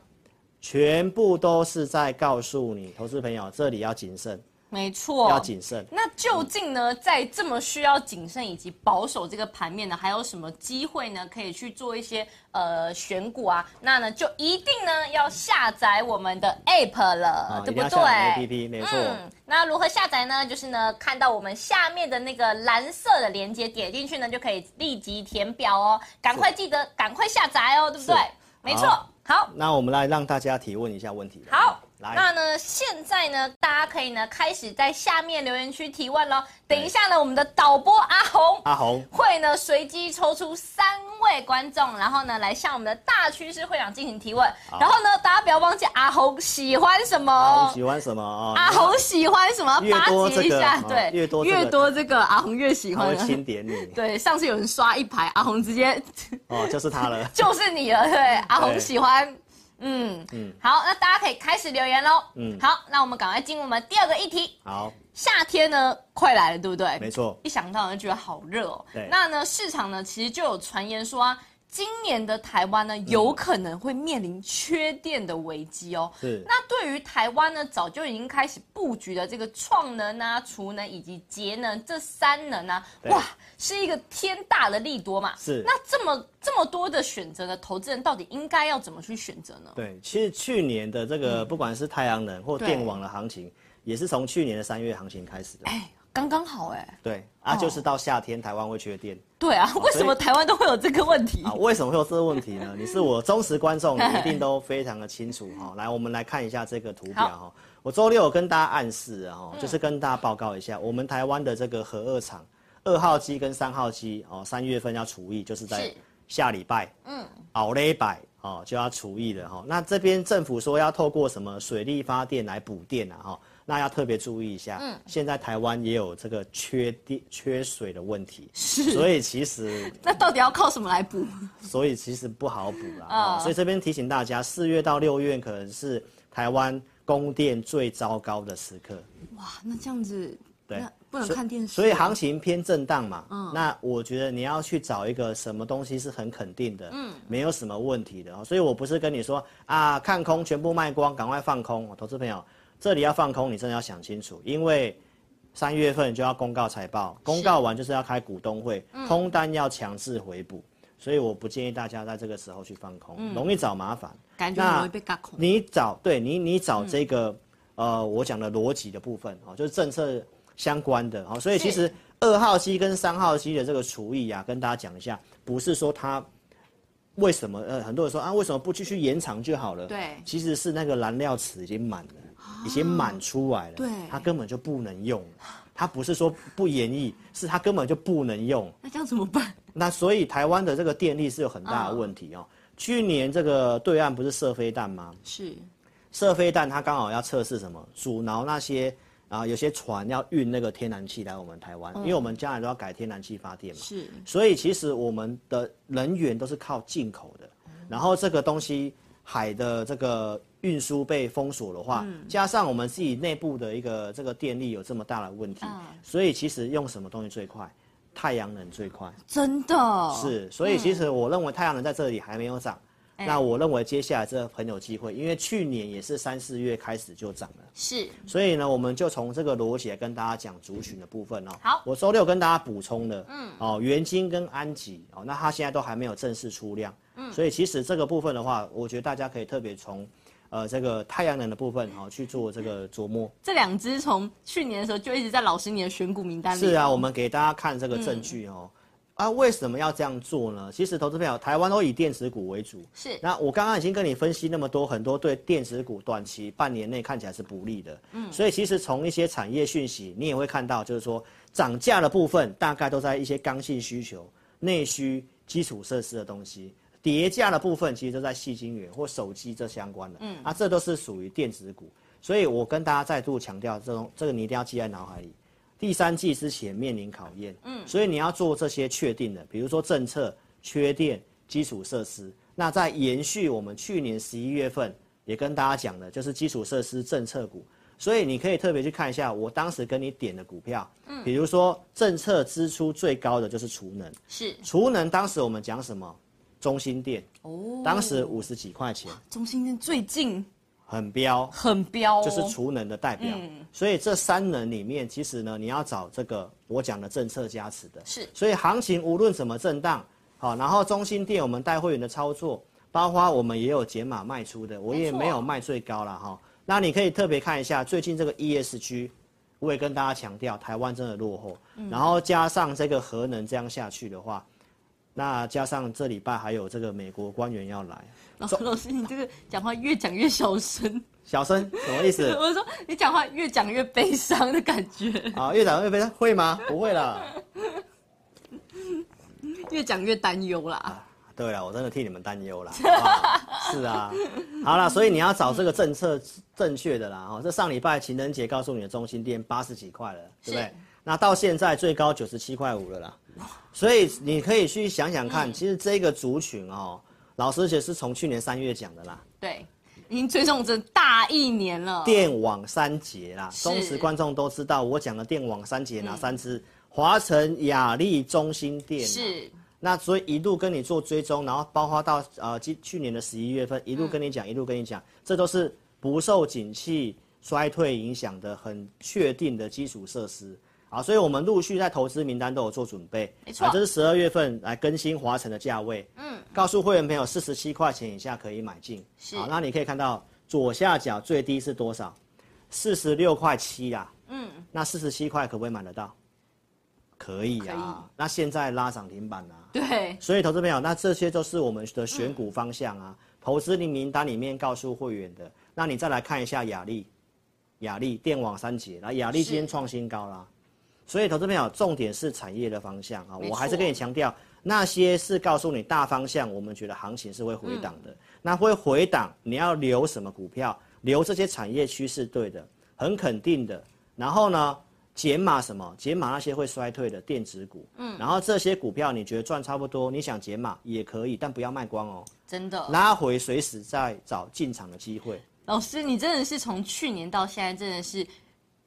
Speaker 2: 全部都是在告诉你，投资朋友这里要谨慎，
Speaker 1: 没错，
Speaker 2: 要谨慎。
Speaker 1: 那究竟呢，在这么需要谨慎以及保守这个盘面呢，还有什么机会呢，可以去做一些呃选股啊？那呢，就一定呢要下载我们的 app 了，
Speaker 2: 啊，
Speaker 1: 对
Speaker 2: 一
Speaker 1: 不
Speaker 2: 定
Speaker 1: 对
Speaker 2: 要下载 APP，没错。
Speaker 1: 嗯，那如何下载呢？就是呢，看到我们下面的那个蓝色的链接，点进去呢，就可以立即填表哦。赶快记得，赶快下载哦，对不对
Speaker 2: 是？
Speaker 1: 没错，
Speaker 2: 好
Speaker 1: 好。
Speaker 2: 那我们来让大家提问一下问题吧。
Speaker 1: 好，
Speaker 2: 来，
Speaker 1: 那呢，现在呢，大家可以呢开始在下面留言区提问喽。
Speaker 2: 哎
Speaker 1: 等一下呢，我们的导播阿红
Speaker 2: 阿红，
Speaker 1: 会呢随机抽出三位观众，然后呢来向我们的大趋势会长进行提问。然后呢，大家不要忘记阿红喜欢什么
Speaker 2: 阿红
Speaker 1: 哦。
Speaker 2: 喜欢什么啊？
Speaker 1: 阿
Speaker 2: 你
Speaker 1: 红喜欢什么？
Speaker 2: 越
Speaker 1: 巴
Speaker 2: 多
Speaker 1: 结一
Speaker 2: 这个
Speaker 1: 下，
Speaker 2: 哦
Speaker 1: 对，
Speaker 2: 越多这个
Speaker 1: 越多这个阿红越喜
Speaker 2: 他
Speaker 1: 欢
Speaker 2: 会
Speaker 1: 了。
Speaker 2: 钦点你
Speaker 1: 对，上次有人刷一排，阿红直接。
Speaker 2: 哦，就是他了
Speaker 1: 就是你了，对，阿红
Speaker 2: 对
Speaker 1: 啊喜欢嗯嗯，好，那大家可以开始留言喽。嗯，好，那我们赶快进入我们第二个议题。
Speaker 2: 好，
Speaker 1: 夏天呢，快来了，对不对？
Speaker 2: 没错，
Speaker 1: 一想到就觉得好热哦
Speaker 2: 对。
Speaker 1: 那呢，市场呢其实就有传言说啊，今年的台湾呢有可能会面临缺电的危机哦。
Speaker 2: 是
Speaker 1: 那对于台湾呢，早就已经开始布局的这个创能啊、储能以及节能这三能啊，
Speaker 2: 对
Speaker 1: 哇，是一个天大的利多嘛。
Speaker 2: 是
Speaker 1: 那这么这么多的选择呢，投资人到底应该要怎么去选择呢？
Speaker 2: 对，其实去年的这个不管是太阳能或
Speaker 1: 嗯对
Speaker 2: 电网的行情，也是从去年的三月行情开始的。
Speaker 1: 哎，刚刚好哎、
Speaker 2: 对，啊，就是到夏天台湾会缺电
Speaker 1: 对啊，为
Speaker 2: 所以
Speaker 1: 什么台湾都会有这个问题？
Speaker 2: 啊？为什么会有这个问题 *laughs* 呢？你是我忠实观 *laughs* 众，你一定都非常的清楚哈、来，我们来看一下这个图表哈、我周六有跟大家暗示啊，哦就是跟大家报告一下，我们台湾的这个核二厂二号机跟三号机哦，三月份要除役，就是在
Speaker 1: 是
Speaker 2: 下礼拜，嗯，熬了一百哦就要除役了哈、那这边政府说要透过什么水力发电来补电啊哈、那要特别注意一下，嗯，现在台湾也有这个缺电缺水的问题，是，所以其实
Speaker 1: 那到底要靠什么来补？
Speaker 2: 所以其实不好补啦、哦所以这边提醒大家，四月到六月可能是台湾供电最糟糕的时刻。
Speaker 1: 哇，啊那这样子，
Speaker 2: 对
Speaker 1: 那不能看电视，啊
Speaker 2: 所以行情偏震荡嘛。那我觉得你要去找一个什么东西是很肯定的，嗯，没有什么问题的哦。所以我不是跟你说啊，看空全部卖光，赶快放空。哦投资朋友，这里要放空，你真的要想清楚，因为。三月份就要公告财报，公告完就是要嗯开股东会，空单要强制回补，所以我不建议大家在这个时候去放空，容易找麻烦。
Speaker 1: 感觉很容易被嘎空。
Speaker 2: 你找对你你找这个、
Speaker 1: 嗯
Speaker 2: 呃我讲的逻辑的部分哦，就是政策相关的哦，所以其实二号机跟三号机的这个厨艺啊，跟大家讲一下，不是说它为什么呃很多人说啊为什么不继续延长就好了？
Speaker 1: 对啊
Speaker 2: 其实是那个燃料池已经满了，已经满出来了，
Speaker 1: 对
Speaker 2: 它根本就不能用了。它不是说不演绎，是它根本就不能用。
Speaker 1: 那这样怎么办？
Speaker 2: 那所以台湾的这个电力是有很
Speaker 1: 嗯
Speaker 2: 大的问题哦。去年这个对岸不是射飞弹吗？
Speaker 1: 是
Speaker 2: 射飞弹它刚好要测试什么？阻挠那些啊，有些船要运那个天然气来我们台湾，因为我们将来都要改天然气发电嘛。
Speaker 1: 是，
Speaker 2: 所以其实我们的能源都是靠进口的，然后这个东西海的这个运输被封锁的话，加上我们自己内部的一个这个电力有这么大的问题，所以其实用什么东西最快？太阳能最快。
Speaker 1: 真的，
Speaker 2: 是，所以其实我认为太阳能在这里还没有涨，那我认为接下来这很有机会，因为去年也是三四月开始就涨了，
Speaker 1: 是
Speaker 2: 所以呢，我们就从这个逻辑来跟大家讲族群的部分哦。
Speaker 1: 好
Speaker 2: 我周六跟大家补充的，嗯，哦，元金跟安吉哦，那它现在都还没有正式出量，嗯，所以其实这个部分的话，我觉得大家可以特别从。呃，这个太阳能的部分哦，去做这个琢磨。
Speaker 1: 这两只从去年的时候就一直在老师你的选股名单里。
Speaker 2: 是啊，我们给大家看这个证据哦。啊，为什么要这样做呢？其实投资朋友，台湾都以电子股为主，
Speaker 1: 是
Speaker 2: 那我刚刚已经跟你分析那么多，很多对电子股短期半年内看起来是不利的。嗯，所以其实从一些产业讯息，你也会看到，就是说涨价的部分大概都在一些刚性需求、内需、基础设施的东西。叠价的部分其实都在细晶圆或手机这相关的，嗯，啊，这都是属于电子股，所以我跟大家再度强调，这种这个你一定要记在脑海里。第三季之前面临考验，嗯，所以你要做这些确定的，比如说政策、缺电、基础设施。那在延续我们去年十一月份也跟大家讲的，就是基础设施政策股。所以你可以特别去看一下我当时跟你点的股票，嗯，比如说政策支出最高的就是储能，
Speaker 1: 是
Speaker 2: 储能当时我们讲什么？中心店，
Speaker 1: 哦，
Speaker 2: 当时五十几块钱，
Speaker 1: 中心店最近
Speaker 2: 很标，
Speaker 1: 很彪、哦，嗯
Speaker 2: 就是储能的代表。所以这三能里面，其实呢，你要找这个我讲的政策加持的。
Speaker 1: 是
Speaker 2: 所以行情无论怎么震荡，好，然后中心店我们带会员的操作，包括我们也有解码卖出的，我也
Speaker 1: 错
Speaker 2: 没有卖最高了哈。那你可以特别看一下最近这个 ESG，我也跟大家强调，台湾真的落后。
Speaker 1: 嗯
Speaker 2: 然后加上这个核能这样下去的话，那加上这礼拜还有这个美国官员要来，
Speaker 1: 老师老师你这个讲话越讲越小声，
Speaker 2: 小生什么意思？
Speaker 1: *laughs* 我说你讲话越讲越悲伤的感觉，
Speaker 2: 啊，越长越悲伤，会吗？不会啦。
Speaker 1: *laughs* 越讲越担忧啦。
Speaker 2: 对了，我真的替你们担忧啦。 *laughs* 啊是啊，好啦，所以你要找这个政策正确的啦。哦，这上礼拜情人节告诉你的中心店八十几块了，对不
Speaker 1: 是
Speaker 2: 对？那到现在最高
Speaker 1: 嗯
Speaker 2: 九十七块五了啦。所以你可以去想想看，其实这个族群哦，老师其实是从去年三月讲的啦，
Speaker 1: 对，已经追踪这大一年了。
Speaker 2: 电网三节啦，
Speaker 1: 哦是嗯
Speaker 2: 忠实观众都知道我讲的电网三节哪三支？华晨、雅丽、中心啊电嘛
Speaker 1: 是
Speaker 2: 那所以一路跟你做追踪，然后包括到呃今去年的十一月份，一路跟你讲，一路跟你讲，这都是不受景气衰退影响的很确定的基础设施啊。所以我们陆续在投资名单都有做准备，
Speaker 1: 没错
Speaker 2: 啊这是十二月份来更新华晨的价位，嗯，告诉会员朋友四十七块钱以下可以买进，
Speaker 1: 是
Speaker 2: 啊，那你可以看到左下角最低是多少？四十六块七啦，嗯，那四十七块可不可以买得到？可以啊，那现在拉涨停板啊啦、
Speaker 1: 对，
Speaker 2: 所以，投资朋友，那这些都是我们的选股方向啊，投资的名单里面告诉会员的。那你再来看一下雅丽，雅丽电网三杰，来，雅丽
Speaker 1: 是
Speaker 2: 今天创新高啦。所以，投资朋友，重点是产业的方向啊，
Speaker 1: 没
Speaker 2: 我还是
Speaker 1: 错
Speaker 2: 跟你强调，那些是告诉你大方向，我们觉得行情是会回档的。那会回档，你要留什么股票？留这些产业趋势对的，很肯定的。然后呢，减码什么？减码那些会衰退的电子股。嗯，然后这些股票你觉得赚差不多，你想减码也可以，但不要卖光哦，
Speaker 1: 真的。
Speaker 2: 拉回随时再找进场的机会。
Speaker 1: 老师，你真的是从去年到现在，真的是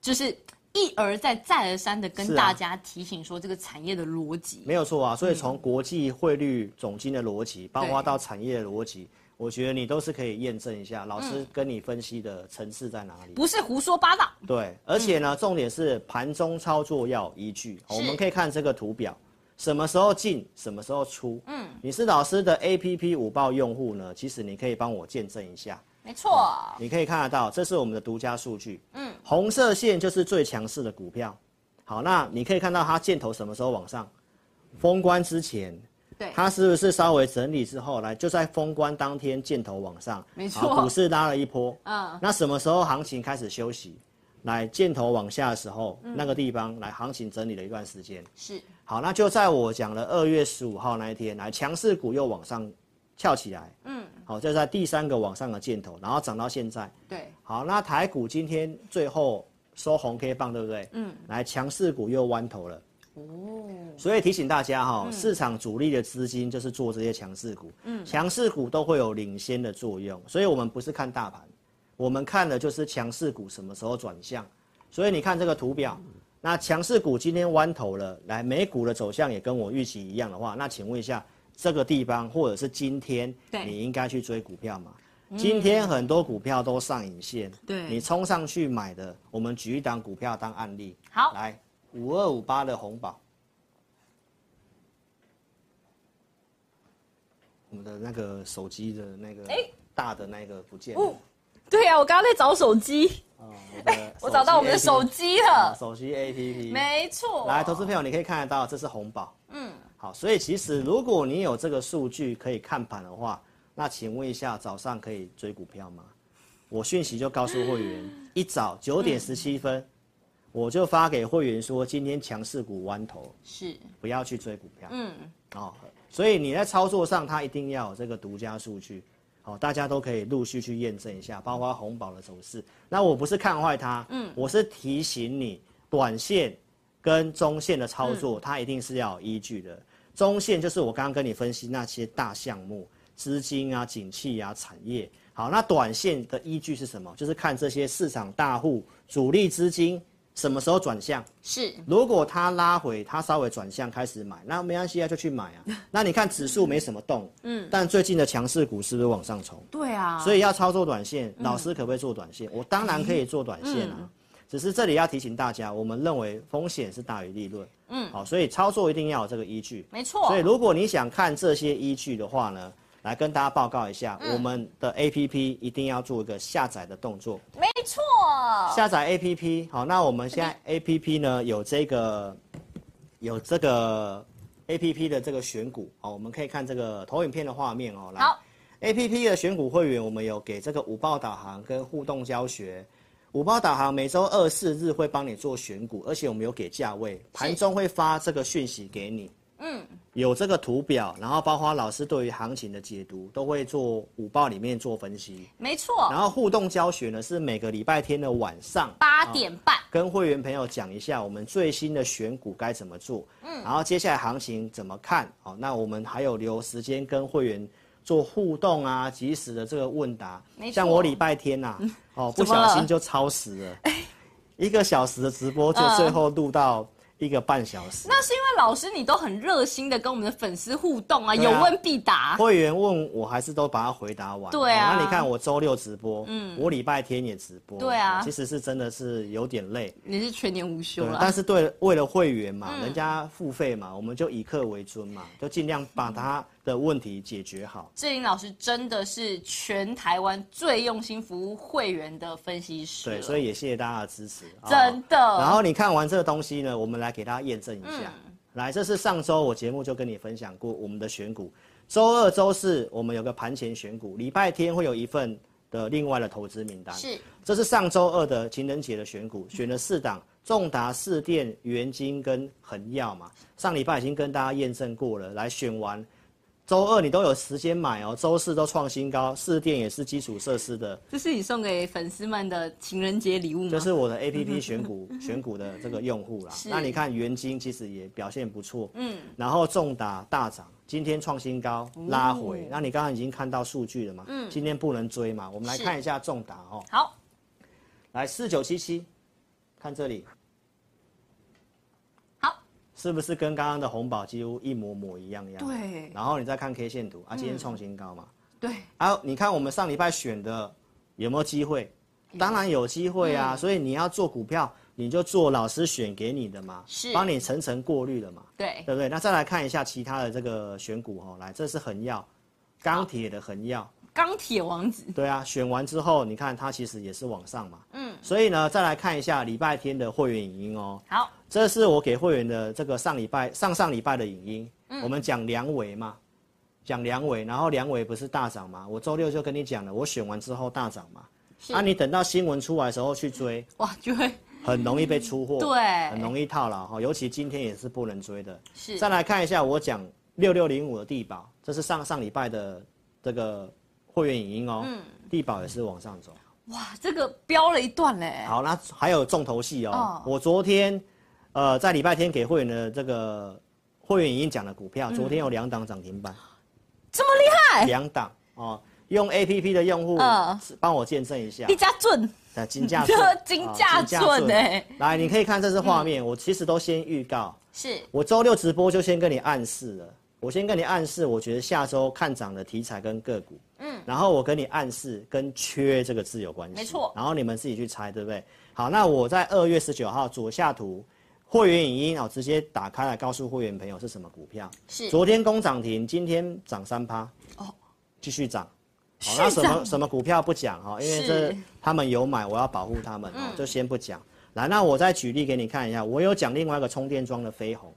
Speaker 1: 就是一而再、再而三的
Speaker 2: 是
Speaker 1: 跟
Speaker 2: 啊
Speaker 1: 大家提醒说这个产业的逻辑。
Speaker 2: 没有错啊，
Speaker 1: 嗯
Speaker 2: 所以从国际汇率总金的逻辑，包括到产业的逻辑，我觉得你都是可以验证一下老师跟你分析的层次在哪里。
Speaker 1: 嗯不是胡说八道，
Speaker 2: 对，而且呢，重点是盘中操作要有依据。
Speaker 1: 是
Speaker 2: 我们可以看这个图表，什么时候进，什么时候出。嗯，你是老师的 APP 五报用户呢，其实你可以帮我见证一下。
Speaker 1: 没错，
Speaker 2: 你可以看得到，这是我们的独家数据。嗯，红色线就是最强势的股票。好，那你可以看到它箭头什么时候往上？封关之前。
Speaker 1: 对
Speaker 2: 它是不是稍微整理之后来，就在封关当天箭头往上？
Speaker 1: 没
Speaker 2: 好
Speaker 1: 错
Speaker 2: 股市拉了一波。
Speaker 1: 嗯，
Speaker 2: 那什么时候行情开始休息？来箭头往下的时候，
Speaker 1: 嗯
Speaker 2: 那个地方来行情整理了一段时间。
Speaker 1: 是
Speaker 2: 好，那就在我讲了二月十五号那一天，来强势股又往上翘起来。嗯，好，就在第三个往上的箭头，然后涨到现在。
Speaker 1: 对，
Speaker 2: 好，那台股今天最后收红 K 棒，对不对？嗯，来强势股又弯头了。哦，所以提醒大家哈、市场主力的资金就是做这些强势股，嗯，强势股都会有领先的作用，所以我们不是看大盘，我们看的就是强势股什么时候转向。所以你看这个图表，那强势股今天弯头了，来美股的走向也跟我预期一样的话，那请问一下，这个地方或者是今天
Speaker 1: 对，
Speaker 2: 你应该去追股票吗？今天很多股票都上影线，
Speaker 1: 嗯对
Speaker 2: 你冲上去买的，我们举一档股票当案例，
Speaker 1: 好，
Speaker 2: 来五二五八的红宝，我们的那个手机的那个大的那个不见了，
Speaker 1: 哦对呀、我刚刚在找手机，
Speaker 2: 哦我的
Speaker 1: 我找到我们的手
Speaker 2: APP
Speaker 1: 机
Speaker 2: 啊
Speaker 1: 了，
Speaker 2: 手机 APP，
Speaker 1: 没错，
Speaker 2: 来，投资朋友，你可以看得到，这是红宝。嗯，好，所以其实如果你有这个数据可以看盘的话，那请问一下，早上可以追股票吗？我讯息就告诉会员，一早九点十七分，我就发给会员说，今天强势股弯头，
Speaker 1: 是
Speaker 2: 不要去追股票。嗯，哦，所以你在操作上，它一定要有这个独家数据。好、大家都可以陆续去验证一下，包括红宝的走势。那我不是看坏它，嗯，我是提醒你，短线跟中线的操作，它一定是要有依据的。中线就是我刚刚跟你分析那些大项目、资金啊、景气啊、产业。好，那短线的依据是什么？就是看这些市场大户、主力资金什么时候转向。
Speaker 1: 是
Speaker 2: 如果它拉回，它稍微转向开始买，那没关系啊，就去买 *laughs* 啊。那你看指数没什么动，嗯，但最近的强势股是不是往上冲？
Speaker 1: 对啊，
Speaker 2: 所以要操作短线，老师可不可以做短线？我当然可以做短线啊，只是这里要提醒大家，我们认为风险是大于利润，嗯，好，所以操作一定要有这个依据。
Speaker 1: 没错，
Speaker 2: 所以如果你想看这些依据的话呢，来跟大家报告一下，我们的 A P P 一定要做一个下载的动作。
Speaker 1: 没错，
Speaker 2: 下载 APP，好，那我们现在 APP 呢有这个有这个 APP 的这个选股哦，我们可以看这个投影片的画面哦。来
Speaker 1: 好
Speaker 2: ，APP 的选股会员，我们有给这个五报导航跟互动教学。五报导航每周二、四日会帮你做选股，而且我们有给价位，盘中会发这个讯息给你。嗯，有这个图表，然后包括老师对于行情的解读，都会做五报里面做分析。
Speaker 1: 没错，
Speaker 2: 然后互动教学呢是每个礼拜天的晚上
Speaker 1: 八点半、
Speaker 2: 跟会员朋友讲一下我们最新的选股该哦怎么做，嗯，然后接下来行情怎么看，好，那我们还有留时间跟会员做互动啊，及时的这个问答
Speaker 1: 没。错嗯
Speaker 2: 像我礼拜天呐、哦，不
Speaker 1: 怎么
Speaker 2: 小
Speaker 1: 了哎
Speaker 2: 心就超时了，一个小时的直播就最后录到一个半小时。
Speaker 1: 嗯那是因为老师你都很热心的跟我们的粉丝互动啊，
Speaker 2: 对
Speaker 1: 有
Speaker 2: 啊
Speaker 1: 问必答。
Speaker 2: 会员问我还是都把它回答完。
Speaker 1: 对啊
Speaker 2: 哦那你看我周六直播，嗯，我礼拜天也直播，
Speaker 1: 对啊
Speaker 2: 哦其实是真的是有点累。
Speaker 1: 你是全年无休
Speaker 2: 对，
Speaker 1: 了嗯
Speaker 2: 但，是对为了会员嘛，人家付费嘛，我们就以客为尊嘛，就尽量把他的问题解决好。
Speaker 1: 志玲老师真的是全台湾最用心服务会员的分析师
Speaker 2: 对，
Speaker 1: 了，
Speaker 2: 所以也谢谢大家的支持。哦
Speaker 1: 真的
Speaker 2: 然后你看完这个东西呢，我们来给大家验证一下。
Speaker 1: 嗯
Speaker 2: 来，这是上周我节目就跟你分享过我们的选股，周二、周四我们有个盘前选股，礼拜天会有一份的另外的投资名单。
Speaker 1: 是
Speaker 2: 这是上周二的情人节的选股，选了四档，重达、四电、元金跟恒耀嘛。上礼拜已经跟大家验证过了，来选完，周二你都有时间买哦，周四都创新高，四电也是基础设施的，
Speaker 1: 这是你送给粉丝们的情人节礼物吗？
Speaker 2: 这是我的 A
Speaker 1: *laughs*
Speaker 2: P P 选股选股的这个用户啦
Speaker 1: 嗯是。
Speaker 2: 那你看元金其实也表现不错，
Speaker 1: 嗯，哦
Speaker 2: 然后重达大涨，今天创新高拉回，那你刚刚已经看到数据了嘛？嗯，今天不能追嘛，我们来
Speaker 1: 是
Speaker 2: 看一下重达哦。
Speaker 1: 好，
Speaker 2: 来四九七七，看这里。
Speaker 1: 好，
Speaker 2: 是不是跟刚刚的红宝几乎一模模一样样？
Speaker 1: 对嗯
Speaker 2: 然后你再看 K 线图啊，今天创新高嘛。
Speaker 1: 对，
Speaker 2: 啊，你看我们上礼拜选的有没有机会？当然有机会
Speaker 1: 嗯
Speaker 2: 啊，所以你要做股票，你就做老师选给你的嘛，
Speaker 1: 是
Speaker 2: 帮你层层过滤的嘛，
Speaker 1: 对，
Speaker 2: 对不对？那再来看一下其他的这个选股哦，来，这是恒耀，钢铁的恒耀，
Speaker 1: 钢铁王子
Speaker 2: 对啊，选完之后，你看它其实也是往上嘛。嗯。所以呢，再来看一下礼拜天的会员影音哦。
Speaker 1: 好，
Speaker 2: 这是我给会员的这个上礼拜、上上礼拜的影音。我们讲梁伟嘛，讲梁伟，然后梁伟不是大涨嘛？我周六就跟你讲了，我选完之后大涨嘛。啊，你等到新闻出来的时候去追，
Speaker 1: 哇，就会
Speaker 2: 很容易被出货，
Speaker 1: 对
Speaker 2: 很容易套牢哈。尤其今天也是不能追的。
Speaker 1: 是
Speaker 2: 再来看一下我讲六六零五的地保，这是上上礼拜的这个会员影音哦。
Speaker 1: 嗯
Speaker 2: 地保也是往上走。
Speaker 1: 哇，这个飙了一段嘞，
Speaker 2: 好，那还有重头戏哦。
Speaker 1: 哦
Speaker 2: 我昨天，呃，在礼拜天给会员的这个会员影音讲的股票，昨天有两档涨停板，
Speaker 1: 嗯这么厉害，
Speaker 2: 两档哦。用 A P P 的用户
Speaker 1: 嗯
Speaker 2: 帮我见证一下
Speaker 1: 一，家准，
Speaker 2: 呃，金价
Speaker 1: 这
Speaker 2: 顺，哦
Speaker 1: 金价嗯
Speaker 2: 顺
Speaker 1: 准哎
Speaker 2: 来，你可以看这是画面，我其实都先预告，
Speaker 1: 是
Speaker 2: 我周六直播就先跟你暗示了，我先跟你暗示，我觉得下周看涨的题材跟个股，嗯，然后我跟你暗示跟缺这个字有关系，
Speaker 1: 没错
Speaker 2: 然后你们自己去猜，对不对？好，那我在二月十九号左下图会员影音哦，直接打开来告诉会员朋友是什么股票，
Speaker 1: 是
Speaker 2: 昨天攻涨停，今天涨三趴，哦，继续涨。好，那什么
Speaker 1: 涨
Speaker 2: 什么股票不讲哈，因为这
Speaker 1: 是嗯
Speaker 2: 他们有买，我要保护他们哦，就先不讲。来，那我再举例给你看一下，我有讲另外一个充电桩的飞鸿，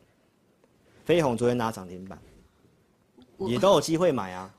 Speaker 2: 飞鸿昨天拿涨停板，也都有机会买啊，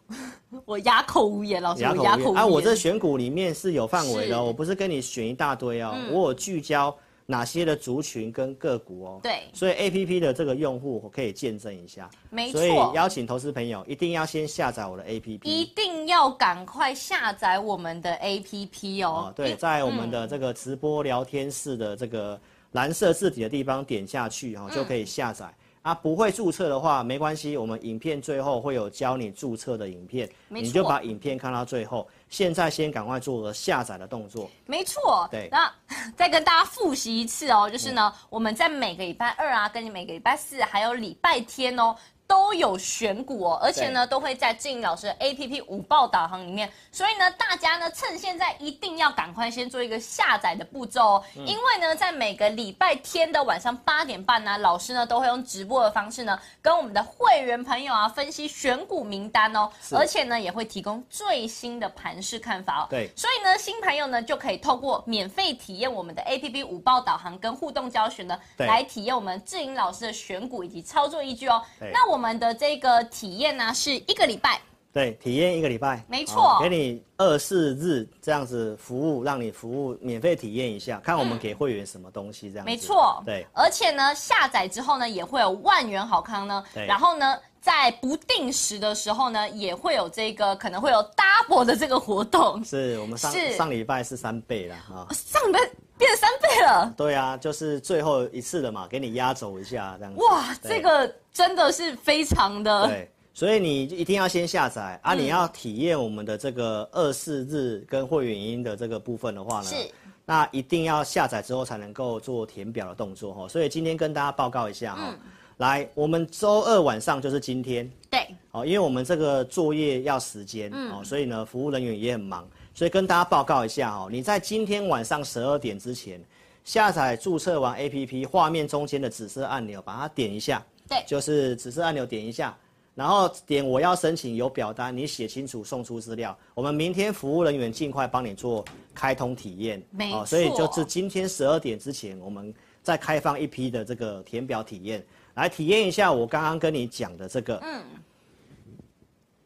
Speaker 1: 我哑口无言，老师，我哑口无言。
Speaker 2: 啊，我这选股里面是有范围的哦，
Speaker 1: 是
Speaker 2: 我不是跟你选一大堆哦，
Speaker 1: 嗯
Speaker 2: 我有聚焦哪些的族群跟个股哦。
Speaker 1: 对
Speaker 2: 所以 A P P 的这个用户我可以见证一下，
Speaker 1: 没
Speaker 2: 所以
Speaker 1: 错，
Speaker 2: 邀请投资朋友一定要先下载我的 A P
Speaker 1: 一
Speaker 2: P。
Speaker 1: 定要赶快下载我们的 APP
Speaker 2: 哦
Speaker 1: 哦。，
Speaker 2: 对，在我们的这个直播聊天室的这个蓝色字体的地方点下去哈、哦，
Speaker 1: 嗯
Speaker 2: 就可以下载。啊，不会注册的话没关系，我们影片最后会有教你注册的影片，
Speaker 1: 没
Speaker 2: 你
Speaker 1: 错
Speaker 2: 就把影片看到最后。现在先赶快做个下载的动作。
Speaker 1: 没错，
Speaker 2: 对嗯
Speaker 1: 那 *laughs* 再跟大家复习一次哦，就是呢，我们在每个礼拜二啊，跟每个礼拜四，还有礼拜天哦。都有选股哦，而且呢，都会在静老师的 APP 五报导航里面，所以呢，大家呢趁现在一定要赶快先做一个下载的步骤哦，
Speaker 2: 嗯
Speaker 1: 因为呢，在每个礼拜天的晚上八点半呢，老师呢都会用直播的方式呢，跟我们的会员朋友啊分析选股名单哦，
Speaker 2: 是
Speaker 1: 而且呢也会提供最新的盘势看法哦，
Speaker 2: 对
Speaker 1: 所以呢，新朋友呢就可以透过免费体验我们的 APP 五报导航跟互动教学呢，
Speaker 2: 对
Speaker 1: 来体验我们志颖老师的选股以及操作依据哦
Speaker 2: 对。
Speaker 1: 那我们的这个体验呢是一个礼拜，
Speaker 2: 对，体验一个礼拜，
Speaker 1: 没错
Speaker 2: 哦给你二四日这样子服务，让你服务免费体验一下，看我们给会员什么东西这样
Speaker 1: 嗯
Speaker 2: 子。
Speaker 1: 没错，
Speaker 2: 对，
Speaker 1: 而且呢，下载之后呢也会有万元好康呢
Speaker 2: 对，
Speaker 1: 然后呢。在不定时的时候呢，也会有这个可能会有 double 的这个活动，
Speaker 2: 是我们上
Speaker 1: 是
Speaker 2: 上礼拜是三倍了啊、
Speaker 1: 上班变三倍了，
Speaker 2: 对啊，就是最后一次了嘛，给你压轴一下这样子。
Speaker 1: 哇，
Speaker 2: 对
Speaker 1: 这个真的是非常的
Speaker 2: 对，所以你一定要先下载
Speaker 1: 嗯
Speaker 2: 啊！你要体验我们的这个二四日跟会员音的这个部分的话呢，
Speaker 1: 是
Speaker 2: 那一定要下载之后才能够做填表的动作哈、哦。所以今天跟大家报告一下哈、
Speaker 1: 嗯
Speaker 2: 哦，来，我们周二晚上就是今天
Speaker 1: 对，
Speaker 2: 哦，因为我们这个作业要时间、
Speaker 1: 嗯
Speaker 2: 哦，所以呢，服务人员也很忙，所以跟大家报告一下哦，你在今天晚上十二点之前下载注册完 APP，画面中间的紫色按钮把它点一下，
Speaker 1: 对
Speaker 2: 就是紫色按钮点一下，然后点我要申请有表单，你写清楚送出资料，我们明天服务人员尽快帮你做开通体验，哦
Speaker 1: 没
Speaker 2: 所以
Speaker 1: 错
Speaker 2: 就是今天十二点之前，我们再开放一批的这个填表体验，来体验一下我刚刚跟你讲的这个，嗯，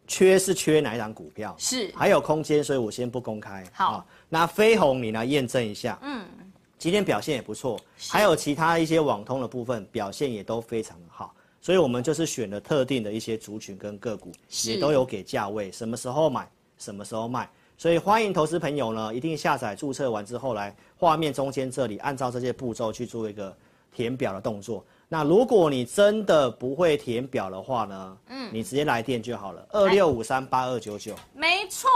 Speaker 2: 缺是缺哪一档股票？
Speaker 1: 是
Speaker 2: 还有空间，所以我先不公开。
Speaker 1: 好
Speaker 2: 啊那飞鸿你来验证一下。嗯，今天表现也不错，还有其他一些网通的部分表现也都非常的好，所以我们就是选了特定的一些族群跟个股，
Speaker 1: 是
Speaker 2: 也都有给价位，什么时候买，什么时候卖。所以欢迎投资朋友呢，一定下载注册完之后来画面中间这里，按照这些步骤去做一个填表的动作。那如果你真的不会填表的话呢，嗯，你直接来电就好了，二六五三八二九九。
Speaker 1: 没错。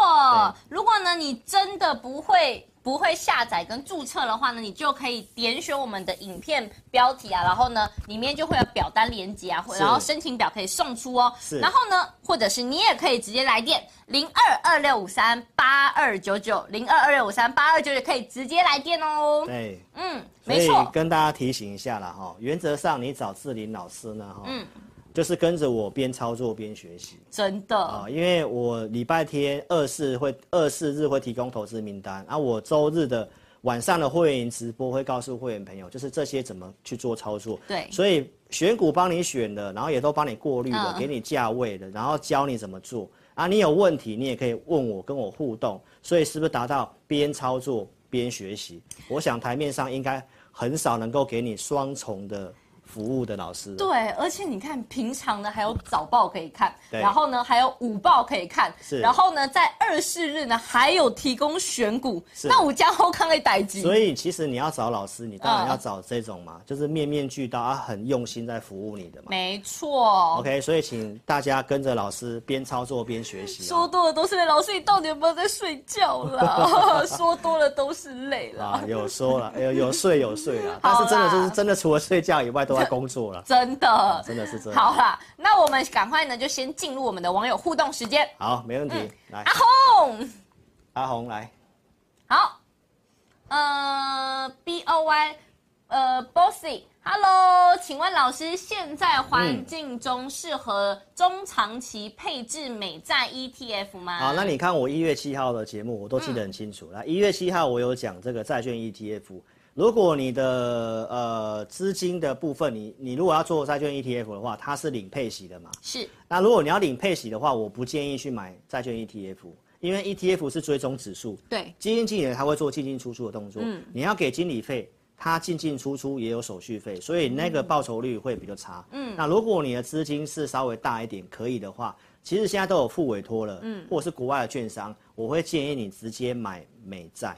Speaker 1: 如果呢，你真的不会。不会下载跟注册的话呢，你就可以点选我们的影片标题啊，然后呢，里面就会有表单连接啊，或
Speaker 2: 是
Speaker 1: 然后申请表可以送出哦。
Speaker 2: 是
Speaker 1: 然后呢，或者是你也可以直接来电零二二六五三八二九九零二二六五三八二九九，可以直接来电哦。
Speaker 2: 对，
Speaker 1: 嗯，
Speaker 2: 所
Speaker 1: 没
Speaker 2: 以
Speaker 1: 错，
Speaker 2: 跟大家提醒一下啦哈，原则上你找志玲老师呢哈，
Speaker 1: 嗯
Speaker 2: 就是跟着我边操作边学习
Speaker 1: 真的、
Speaker 2: 啊，因为我礼拜天二四会二四日会提供投资名单，啊，我周日的晚上的会员直播会告诉会员朋友，就是这些怎么去做操作，
Speaker 1: 对
Speaker 2: 所以选股帮你选的，然后也都帮你过滤了，
Speaker 1: 嗯
Speaker 2: 给你价位的，然后教你怎么做啊。你有问题，你也可以问我，跟我互动。所以是不是达到边操作边学习？我想台面上应该很少能够给你双重的服务的老师了。啊
Speaker 1: 对，而且你看，平常呢还有早报可以看，
Speaker 2: 对
Speaker 1: 然后呢还有午报可以看，
Speaker 2: 是
Speaker 1: 然后呢在二四日呢还有提供选股，
Speaker 2: 是
Speaker 1: 那我家后看会逮机，
Speaker 2: 所以其实你要找老师，你当然
Speaker 1: 嗯
Speaker 2: 要找这种嘛，就是面面俱到啊，很用心在服务你的嘛。
Speaker 1: 没错
Speaker 2: OK，所以请大家跟着老师边操作边学习、哦。
Speaker 1: 说多了都是累，老师你到底有没有在睡觉
Speaker 2: *laughs*
Speaker 1: 啦？说多了都是累了。
Speaker 2: 啊，有
Speaker 1: *laughs*
Speaker 2: 说了，有有睡有睡了，
Speaker 1: 好
Speaker 2: 但
Speaker 1: 啦。
Speaker 2: 是真的就是真的，除了睡觉以外都在工作了
Speaker 1: 真的，
Speaker 2: 真的是这样
Speaker 1: 好啦，那我们赶快呢，就先进入我们的网友互动时间。
Speaker 2: 好，没问题，
Speaker 1: 嗯
Speaker 2: 来
Speaker 1: 阿红，
Speaker 2: 阿红来，
Speaker 1: 好，呃，B O Y，呃，Bossy，Hello，请问老师，现在环境中适合中长期配置美债 ETF 吗？
Speaker 2: 嗯好，那你看我一月七号的节目，我都记得很清楚。来，一月七号我有讲这个债券 ETF，如果你的呃资金的部分，你你如果要做债券 ETF 的话，它是领配息的嘛。
Speaker 1: 是
Speaker 2: 那如果你要领配息的话，我不建议去买债券 ETF，因为 ETF 是追踪指数，
Speaker 1: 对，
Speaker 2: 基金经理人他会做进进出出的动作，你要给经理费，他进进出出也有手续费，所以那个报酬率会比较差。嗯，那如果你的资金是稍微大一点，可以的话，其实现在都有付委托了，嗯，或者是国外的券商，我会建议你直接买美债，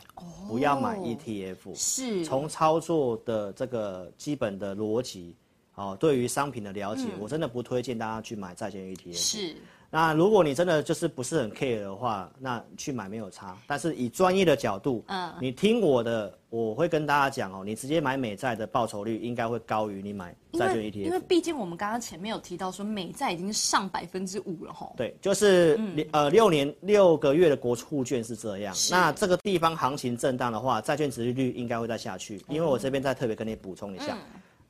Speaker 2: 不要买 E ETF。
Speaker 1: 是
Speaker 2: 从操作的这个基本的逻辑，哦，对于商品的了解，我真的不推荐大家去买债券 ETF。
Speaker 1: 嗯是
Speaker 2: 那如果你真的就是不是很 care 的话，那去买没有差。但是以专业的角度，
Speaker 1: 嗯
Speaker 2: 你听我的，我会跟大家讲哦，你直接买美债的报酬率应该会高于你买
Speaker 1: 因
Speaker 2: 债券 E
Speaker 1: 为因为
Speaker 2: ETF。
Speaker 1: 毕竟我们刚刚前面有提到说美债已经上百分之五了吼，
Speaker 2: 对，就是、呃六年六个月的国库券是这样。
Speaker 1: 是
Speaker 2: 那这个地方行情震荡的话，债券值利率应该会再下去，因为我这边再特别跟你补充一下，